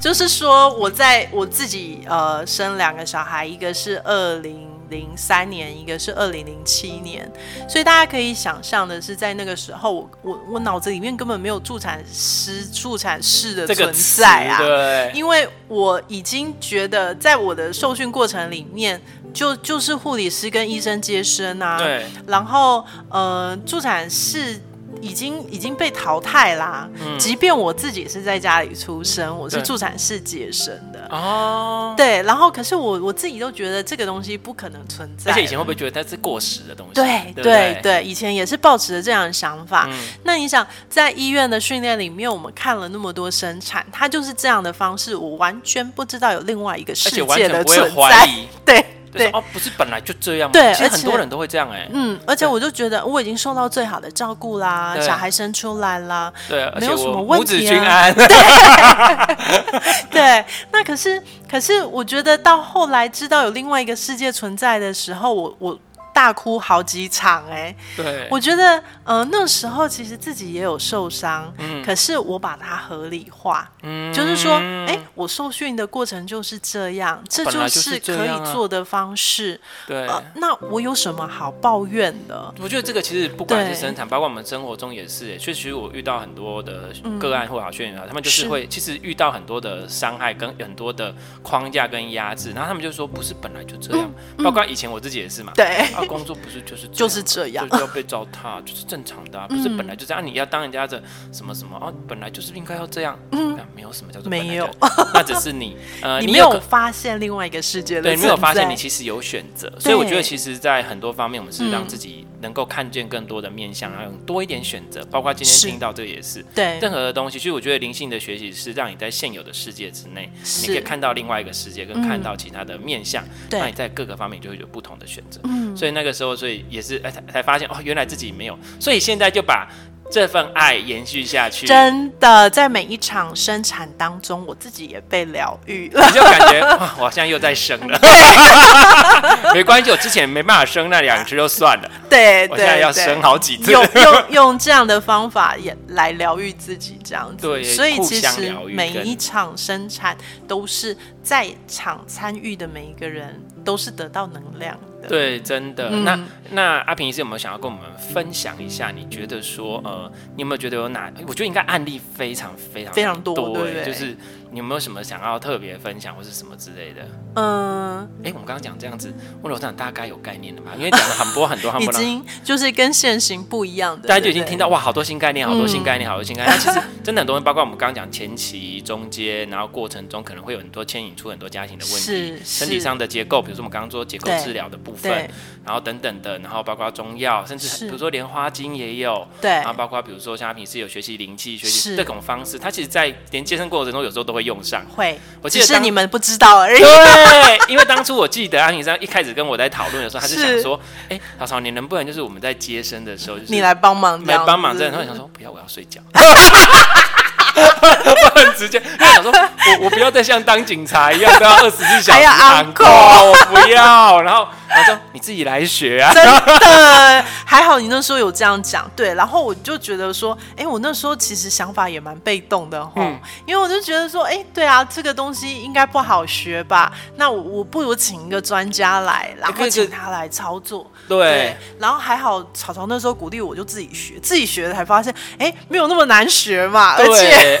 就是说我在我自己呃生两个小孩，一个是二零零三年，一个是二零零七年，所以大家可以想象的是，在那个时候，我我我脑子里面根本没有助产师、助产士的
这个
存在啊，
词对，
因为我已经觉得，在我的受训过程里面，就就是护理师跟医生接生啊，
对，
然后呃，助产士已经已经被淘汰啦。即便我自己是在家里出生，我
嗯
是
对
助产士接生的，
哦。
啊对。然后可是我我自己都觉得这个东西不可能存
而
在了，
且以前会不会觉得它是过时的东西？对
对
不
对对，以前也是抱持着这样的想法。
嗯
那你想，在医院的训练里面，我们看了那么多生产，它就是这样的方式，我完全不知道有另外一个
而
世
且完
界
全
的
不会
存
怀
在。
疑，
对
对
对，
哦，不是本来就这样吗？
对
其实
而
很
且
多人都会这样哎、
嗯，而且我就觉得我已经受到最好的照顾啦，
对
小孩生出来啦，
对，而且
没有什么
我
问
五子
题
均
啊
安，
对。那可是可是，我觉得到后来知道有另外一个世界存在的时候，我我大哭好几场哎、
对，
我觉得，呃，那时候其实自己也有受伤，
嗯
可是我把它合理化，
嗯
就是说，哎、我受训的过程就是这样，这
本来就是是这
可
样啊
以做的方式。
对。
呃，那我有什么好抱怨的？
我觉得这个其实不管
对
是生产，包括我们生活中也是、哎确实我遇到很多的
嗯
个案或好学员啊，他们就是
是
会其实遇到很多的伤害跟很多的框架跟压制，然后他们就说不是本来就这样，包括以前我自己也是嘛，
嗯对，
啊，工作不是就是样
就是这样嗯
就是要被糟蹋，就是正常的、啊，不是本来就这样。啊你要当人家的什么什么哦，本来就是应该要这样，嗯，没有什么叫做本来
没有
就，那只是你呃，
你没
有
有
可
发现另外一个世界的
对，
存在，
没有发现你其实有选择，所以我觉得其实，在很多方面，我们是
嗯
让自己能够看见更多的面向，然后有多一点选择，包括今
是
天听到这个也是。
对
任何的东西，其实我觉得灵性的学习是让你在现有的世界之内，你可以
是嗯
看哎到另外一个世界，跟看到其他的面向，
对嗯
那你在各个方面就会有不同的选择。所以那个时候，所以也是哎才才发现哦，原来自己没有，所以现在就把这份爱延续下去，
真的在每一场生产当中，我自己也被疗 愈了。
你就感觉哇，我好像又在生 了。没关系，我之前没办法生那两只就算了，
对
我现在
对
要
对
生。好几次。
用用用这样的方法也来疗愈自己，这样子。
对
所以
互
其
相
实
疗愈
每
跟
一场生产都是在场参与的每一个人都是得到能量的。，
对，真的。
嗯
那那阿平医师有没有想要跟我们分享一下？你觉得说，呃，你有没有觉得有哪？我觉得应该案例非常非常
非常多
多，
对不
欸
对
就是你有没有什么想要特别分享或是什么之类的？
嗯、
哎、我们刚刚讲这样子，温柔长大概有概念了吧？因为讲了很多很多很
已
多，
经就是跟现行不一样的，
大家就已经
对不对嗯
听到哇，好多新概念，好多新概念，好多新概念。那其实真的很多人，包括我们刚刚讲前期、中间，然后过程中可能会有很多牵引出很多家庭的问题，
是
身体
是
上的结构，比如说我们刚刚说结构
对
治疗的部分
对，
然后等等的，然后包括中药，甚至
是
比如说莲花精也有，
对
然后包括比如说像他平时有学习灵气、学
是
习各种方式，他其实在连接生过程中有时候都会用上。
会，
我记
只
得
是
当
你们不知道而已。
对，因为当初我记得阿平生一开始跟我在讨论的时候，他就是想说，哎，曹操，你能不能就是我们在接生的时候，就是
你来帮忙，
来帮忙，
这
真的，他
样子
会想说不要，我要睡觉。 我很直接，他想说，我我不要再像当警察一样都要二十四小
还
时
要
昂
哎 uncle
我不要。然后他说你自己来学啊，
真的，还好你那时候有这样讲，对。然后我就觉得说，哎、我那时候其实想法也蛮被动的吼，
嗯
因为我就觉得说，哎、对啊，这个东西应该不好学吧？那我我不如请一个专家来，然
可
后
以就
请他来操作。
对，
然后还好，草草那时候鼓励我就自己学，自己学了才发现，哎、没有那么难学嘛，而且
对，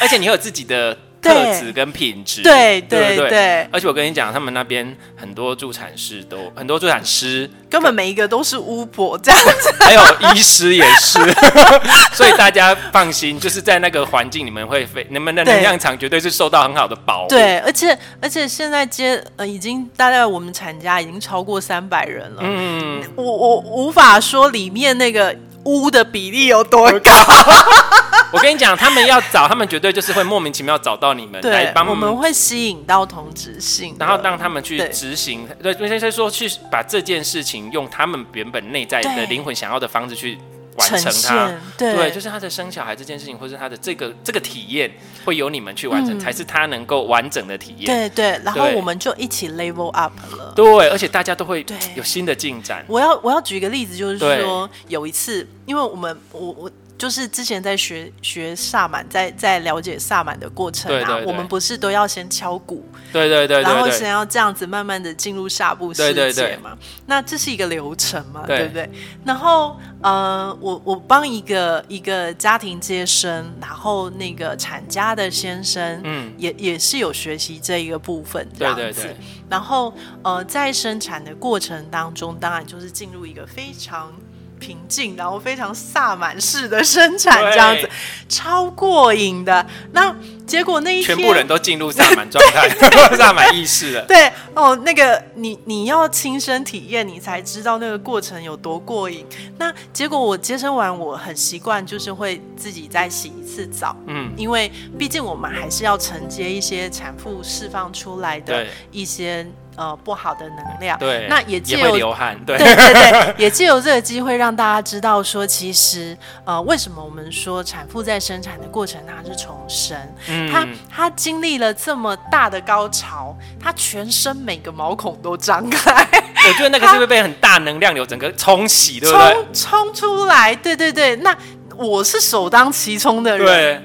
而且你有自己的特
对
质跟品质，
对
对
对
不
对，
而且我跟你讲，他们那边很多助产士都很多助产师，
根本每一个都是巫婆这样子。
还有医师也是， 所以大家放心，就是在那个环境，你们会非你们的
对
能量场绝对是受到很好的保护。
对，而且而且现在接呃，已经大概我们产假已经超过三百人了。
嗯，
我我无法说里面那个巫的比例有多高，
我跟你讲，他们要找，他们绝对就是会莫名其妙找到你们来
对，
帮
我
们
们会吸引到同质性的，
然后让他们去
对
执行，对，先生说去把这件事情用他们原本内在的
对
灵魂想要的方式去完
呈
成它
现。，对
就是他的生小孩这件事情，或是他的这个这个体验，会由你们去完
嗯
成，才是他能够完整的体验。
对对，然后
对
我们就一起 level up 了。
对，而且大家都会
对
有新的进展。
我要我要举一个例子，就是
对
说有一次，因为我们我我就是之前在学学萨满，在在了解萨满的过程啊，
对对对
我们不是都要先敲鼓，
对对对
然
对
后
对
先要这样子慢慢的进入下部世界嘛，
对对对
那这是一个流程嘛，
对
对不对？然后呃，我我帮一个一个家庭接生，然后那个产家的先生，
嗯
嗯，也也是有学习这一个部分，这
对
样
对
子。
对
然后呃，在生产的过程当中，当然就是进入一个非常。平静，然后非常萨满式的生产，
对
这样子超过瘾的。那结果那一
全
天，
部人都进入萨满状 态，萨满意识了。
对哦，那个你你要亲身体验，你才知道那个过程有多过瘾。那结果我接生完，我很习惯就是会自己再洗一次澡，
嗯，
因为毕竟我们还是要承接一些产妇释放出来的
对
一些呃不好的能量。
对，
那也
也
借
会
由
流汗，对
对对对，也借由这个机会让大家知道说，其实呃，为什么我们说产妇在生产的过程她是重生，
嗯
她她经历了这么大的高潮，她全身每个毛孔都张开，
我觉得那个是会被很大能量流整个冲洗，对不对？
冲冲出来，对对对，那。我是首当其冲的人，
对，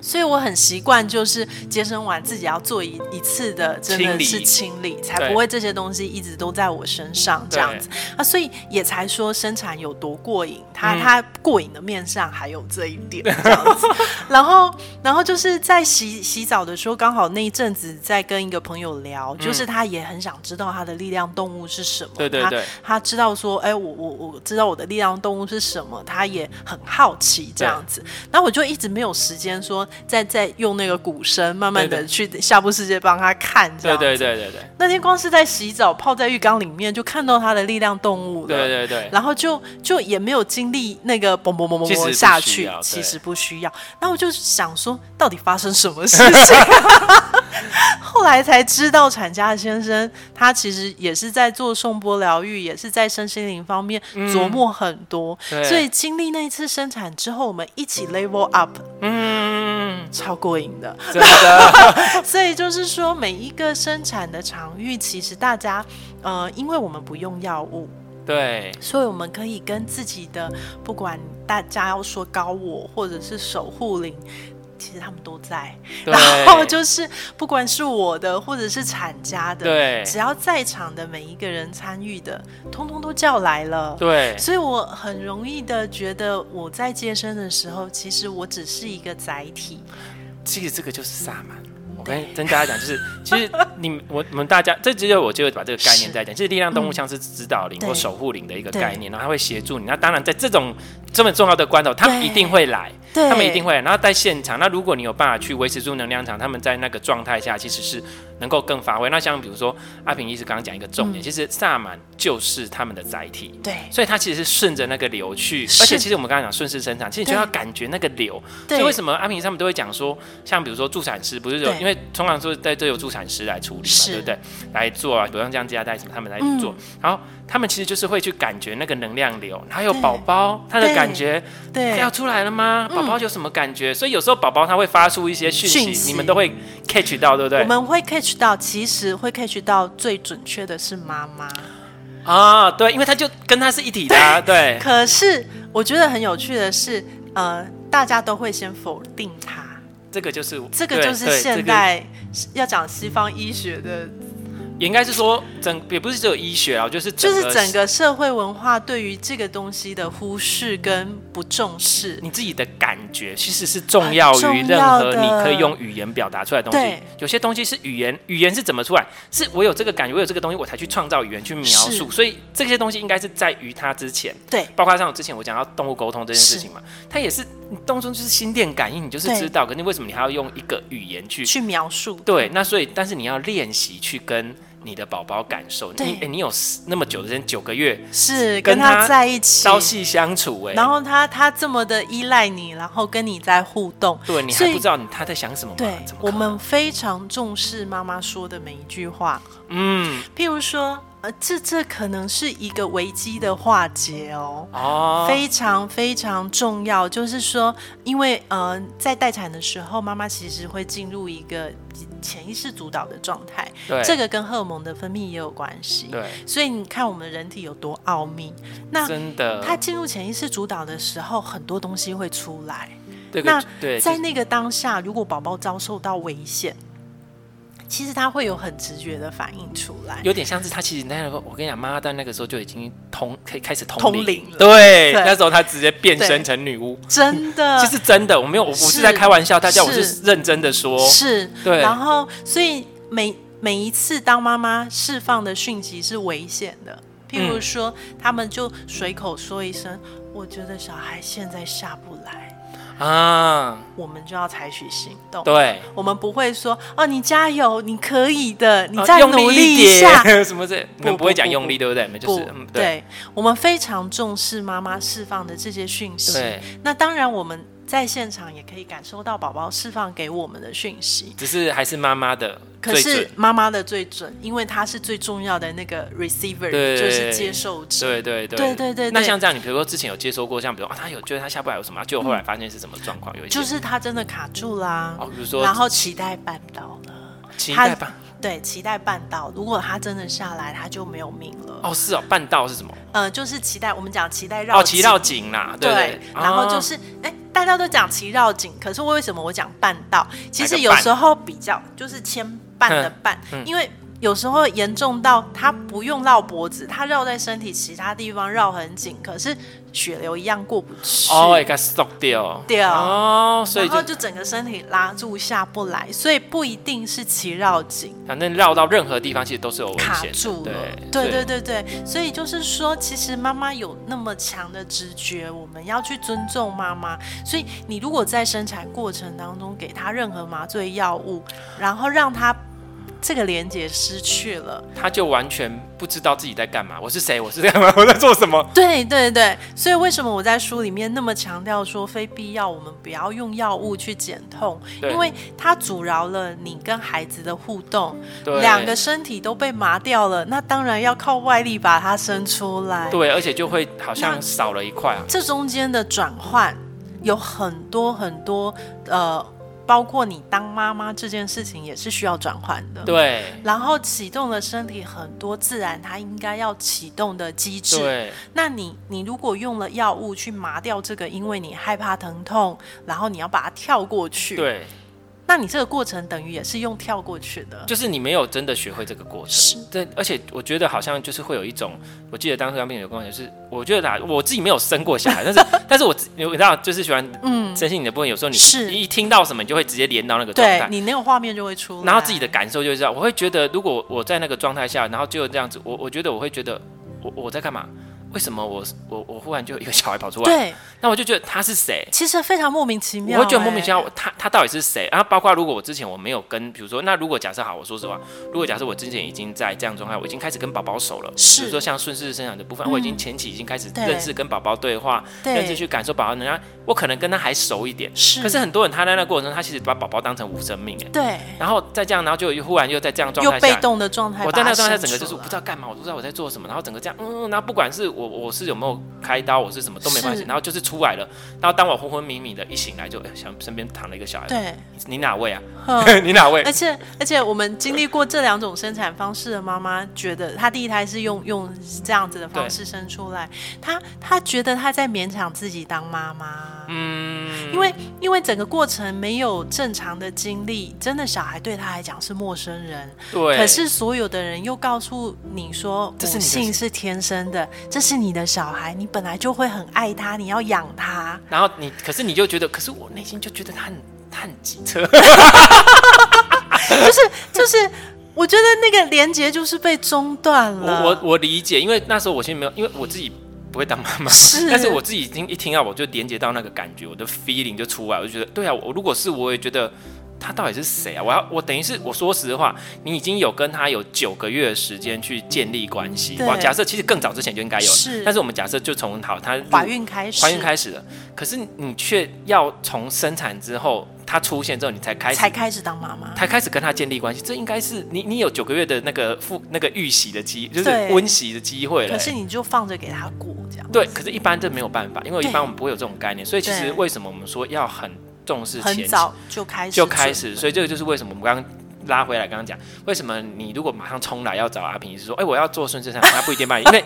所以我很习惯，就是接生完自己要做一一次的，真
清
的
理
是清理，才
对
不会这些东西一直都在我身上这样子啊，所以也才说生产有多过瘾，它、
嗯
它过瘾的面上还有这一点这样 子，然后然后就是在洗洗澡的时候，刚好那一阵子在跟一个朋友聊，就是他也很想知道他的力量动物是什么，
嗯对对
他
对
他知道说，哎、我我我知道我的力量动物是什么，他也很好奇这样子。那我就一直没有时间说再再用那个鼓声，慢慢
对
的去下部世界帮他看这
对
样子。
对对对对
那天光是在洗澡，泡在浴缸里面就看到他的力量动物了。
对对对。
然后就就也没有经历那个嘣嘣嘣
其
嘣
实不
嘣下
需
去
要，
其
对
实不需要。那我就想说，到底发生什么事情？ 后来才知道，产家先生他其实也是在做颂钵疗愈，也是在身心灵方面琢磨很多。
嗯对
所以经历那一次生产之后，我们一起 level up，
嗯，
超过瘾 的。
真的，
所以就是说，每一个生产的场域，其实大家，呃，因为我们不用药物，
对
所以我们可以跟自己的，不管大家要说高我或者是守护灵，其实他们都在。
对，
然后就是不管是我的或者是产家的，
对
只要在场的每一个人参与的，通通都叫来了。
对
所以我很容易的觉得，我在接生的时候，其实我只是一个载体。
其实这个就是萨满。我跟跟大家讲， 就是其实你们我我们大家，这只有我就把这个概念
是
再讲。其实力量动物像是指导灵
对
或守护灵的一个
对
概念，然后它会协助你。那当然，在这种这么重要的关头，他们
对
一定会来，
对
他们一定会来。然后在现场，那如果你有办法去维持住能量场，他们在那个状态下其实是能够更发挥。那像比如说阿平医师刚刚讲一个重
嗯
点，其实萨满就是他们的载体。
对
所以它其实是顺着那个流去，
是
而且其实我们刚刚讲顺势生长，其实你就
对
要感觉那个流。所
对
以为什么阿平他们都会讲说，像比如说助产师不是有，
对
因为通常说在这有助产师来处理嘛，
是嗯
对不对？来做啊，比如像这样家带什么，他们来做。然后他们其实就是会去感觉那个能量流，还有
对
宝宝他的
对
感觉
对，嗯
要出来了吗？宝宝有什么感觉？所以有时候宝宝他会发出一些讯
讯
息，
息
你们都会 catch 到，对不
我
对？
们会 catch 到，其实会 catch 到最准确的是妈妈。
啊，对，因为他就跟他是一体的啊，对
可是我觉得很有趣的是，呃，大家都会先否定它，
这个就是
这个
对
就是
对这
现
个
代要讲西方医学的
也应该是说整也不是只有医学啊，就是
就是
个
整个社会文化对于这个东西的忽视跟不重视。
你自己的感觉其实是重要于任何
很重
你
要的
可以用语言表达出来的东西
对。
有些东西是语言，语言是怎么出来？是我有这个感觉，我有这个东西，我才去创造语言去描述。所以这些东西应该是在于它之前，
对，
包括像我之前我讲到动物沟通这件事情嘛，它也是你当中就是心电感应，你就是
对
知道，可是为什么你还要用一个语言去
去描述。
对，那所以，但是你要练习去跟你的宝宝感受，你
对、
诶你有十那么久的时间，九个月，
是
跟
跟他
他
在一起，
朝夕相处、诶
然后他他这么的依赖你，然后跟你在互动。
对你
所
还
以
不知道你他在想什么吗？
对
怎么，可
我
能
们非常重视妈妈说的每一句话，
嗯
譬如说，呃，这这可能是一个危机的化解哦。
哦，
非常非常重要，就是说，因为呃，在待产的时候，妈妈其实会进入一个潜意识主导的状态，
对
这个跟荷尔蒙的分泌也有关系。
对，
所以你看我们人体有多奥秘，那
真的，
它进入潜意识主导的时候，很多东西会出来。
这
那
个对
在
就
那个当下，如果宝宝遭受到危险，其实他会有很直觉的反应出来。
有点像是他其实那个，我跟你讲，妈妈在那个时候就已经通可以开始通
通
灵
灵了
对，
对
那时候她直接变
对
身成女巫，
真的，
这是真的，我没有，我不是
嗯是
在开玩笑，大家我
是
是认真的说，
是，
对
然后，所以每每一次当妈妈释放的讯息是危险的，譬如说，
嗯
他们就随口说一声：“我觉得小孩现在下不来”，
啊，
我们就要采取行动。
对，
我们不会说：“哦，你加油，你可以的，你
哦
再
用
努
力
力
一
一下。
点什么这，你们
不
不会讲
不
用
不
力，对不对？你们 就是
不
嗯，对
对，我们非常重视妈妈释放的这些讯息。
对，
那当然，我们在现场也可以感受到宝宝释放给我们的讯息。
只是还是妈妈的
可
最
是
准。
妈妈的最准，因为她是最重要的那个 receiver，
对
就是接受者。
对对对
对对对对
那像这样，你比如说之前有接收过，像比如说啊，他有觉得他下不来有什么，就后来发现是什么状况，有一些
就是她真的卡住啦，
哦，比如说
然后脐带绊倒了。
期
他
待吧，
对，脐带绊倒，如果她真的下来，她就没有命了。
哦是哦，半道是什么？
呃，就是脐带，我们讲脐带绕
哦，骑
颈
到颈啦，对
对
对，，
然后
哦
就是，哎、大家都讲骑绕颈，可是为什么我讲绊道？其
哪
实
个嗯
有
绊
时候比较就是牵绊的绊，因为有时候严重到它不用绕脖子，它绕在身体其他地方绕很紧，可是血流一样过不去。
哦，也该 stop 掉，
对啊
哦，所以
然后
就
就整个身体拉住下不来，所以不一定是骑绕颈
反正绕到任何地方其实都是有危
卡
险的，
住了，
对
对对对对，所以就是说，其实妈妈有那么强的直觉，我们要去尊重妈妈。所以你如果在生产过程当中给她任何麻醉药物，然后让她这个连接失去了，
他就完全不知道自己在干嘛，我是谁，我是干嘛，我 在做什么，
对对对，所以为什么我在书里面那么强调说，非必要我们不要用药物去减痛，
对
因为它阻挠了你跟孩子的互动，
对，
两个身体都被麻掉了，那当然要靠外力把它生出来。
对，而且就会好
那
像少了一块啊，
这中间的转换有很多很多，呃，包括你当妈妈这件事情也是需要转换的。。
对
然后启动了身体很多自然它应该要启动的机制。
对。
那你你如果用了药物去麻掉这个，因为你害怕疼痛，然后你要把它跳过去。。
对，
那你这个过程等于也是用跳过去的。
就是你没有真的学会这个过程。
是。
对，而且我觉得好像就是会有一种，我记得当时当兵有跟我讲，就是我觉得啦，我自己没有生过小孩， 但是但是我自你知道，就是喜欢
嗯，
身心灵的部分，有时候你
是
你一听到什么，你就会直接连到那个状
对
态。
你那个画面就会出来。
然后自己的感受就是这样，我会觉得，如果我在那个状态下，然后就这样子，我我觉得我会觉得我我在干嘛？为什么我我我忽然就有一个小孩跑出来？
对，
那我就觉得他是谁？
其实非常莫名其妙、
我会觉得莫名其
哎
妙，他他到底是谁？然后包括如果我之前我没有跟，比如说，那如果假设好，我说实话，如果假设我之前已经在这样状态，我已经开始跟宝宝熟了，
是嗯
比如说像顺势生长的部分，我已经前期已经开始
对
认识跟宝宝对话，认识
对，
去感受宝宝，然后我可能跟他还熟一点。
是
可是很多人他在那过程中，他其实把宝宝当成无生命哎，
对，
然后再这样，然后就忽然又在这样状
又
态
被
下。
动的状态，
我在那个状态，整个就是
我
不知道干嘛，我不知道我在做什么，然后整个这样，嗯，然后不管是我我我是有没有开刀，我是什么都没关系。
是
然后就是出来了，然后当我昏昏迷迷的一醒来就，哎想身边躺了一个小孩，
对，
你哪位啊？
哼
你哪位
而？且而且我们经历过这两种生产方式的妈妈，觉得她第一胎是用用这样子的方式生出来，她她觉得她在勉强自己当妈妈，
嗯，
因为因为整个过程没有正常的经历，真的小孩对她来讲是陌生人，
对，
可是所有的人又告诉你说，
这是
母
你的
性是天生的，这是你的小孩，你本来就会很爱他，你要养他。
然后你，可是你就觉得，可是我内心就觉得他很他很机车，
就是就是，我觉得那个连接就是被中断了。
我我我理解，因为那时候我其实没有，因为我自己不会当妈妈，
是
但是我自己听一听到，我就连接到那个感觉，我的 feeling 就出来，我就觉得，对啊，我如果是我也觉得他到底是谁啊？我要我等于是我说实话，你已经有跟他有九个月的时间去建立关系，
对
哇，假设其实更早之前就应该有了，
是
但是我们假设就从好他
怀孕开始，
怀孕开始了，可是你却要从生产之后。他出现之后，你才开始
才开始当妈妈。
才开始跟他建立关系，这应该是你你有九个月的那个复那个预习的机，就是
对
温习的机会了、
可是你就放着给他过这样，
对，可是一般这没有办法，因为一
对
般我们不会有这种概念，所以其实
对
为什么我们说要很重视前
很
期
早就开始
就开始，所以这个就是为什么我们刚刚。拉回来，刚刚讲，为什么你如果马上冲来要找阿平，是说，哎、我要做顺生产，他不一定帮你，因为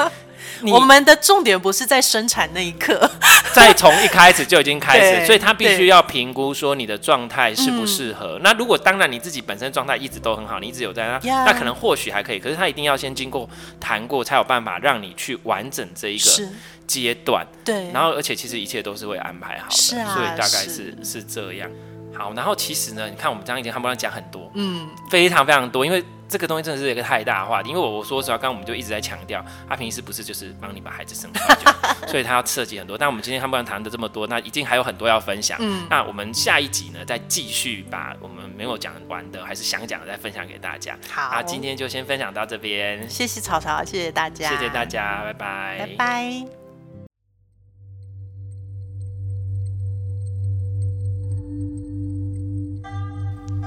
你
我们的重点不是在生产那一刻，
再从一开始就已经开始，
对
所以他必须
对
要评估说你的状态适不适合。那如果当然你自己本身状态一直都很好，你一直有在那
Yeah
那可能或许还可以。可是他一定要先经过谈过，才有办法让你去完整这一个
是，
阶段。
对，
然后而且其实一切都是会安排好的，
是啊
所以大概是
是
是这样。好，然后其实呢，你看我们刚刚已经他们讲很多，
嗯，
非常非常多，因为这个东西真的是一个太大的话题。因为我我说实话，刚刚我们就一直在强调，他平时不是就是帮你把孩子生出来就好， 所以他要涉及很多。但我们今天他们谈的这么多，那一定还有很多要分享。
嗯
那我们下一集呢，再继续把我们没有讲完的，还是想讲的，再分享给大家。
好，
那今天就先分享到这边，
谢谢草草，谢谢大家，
谢谢大，家，拜
拜拜。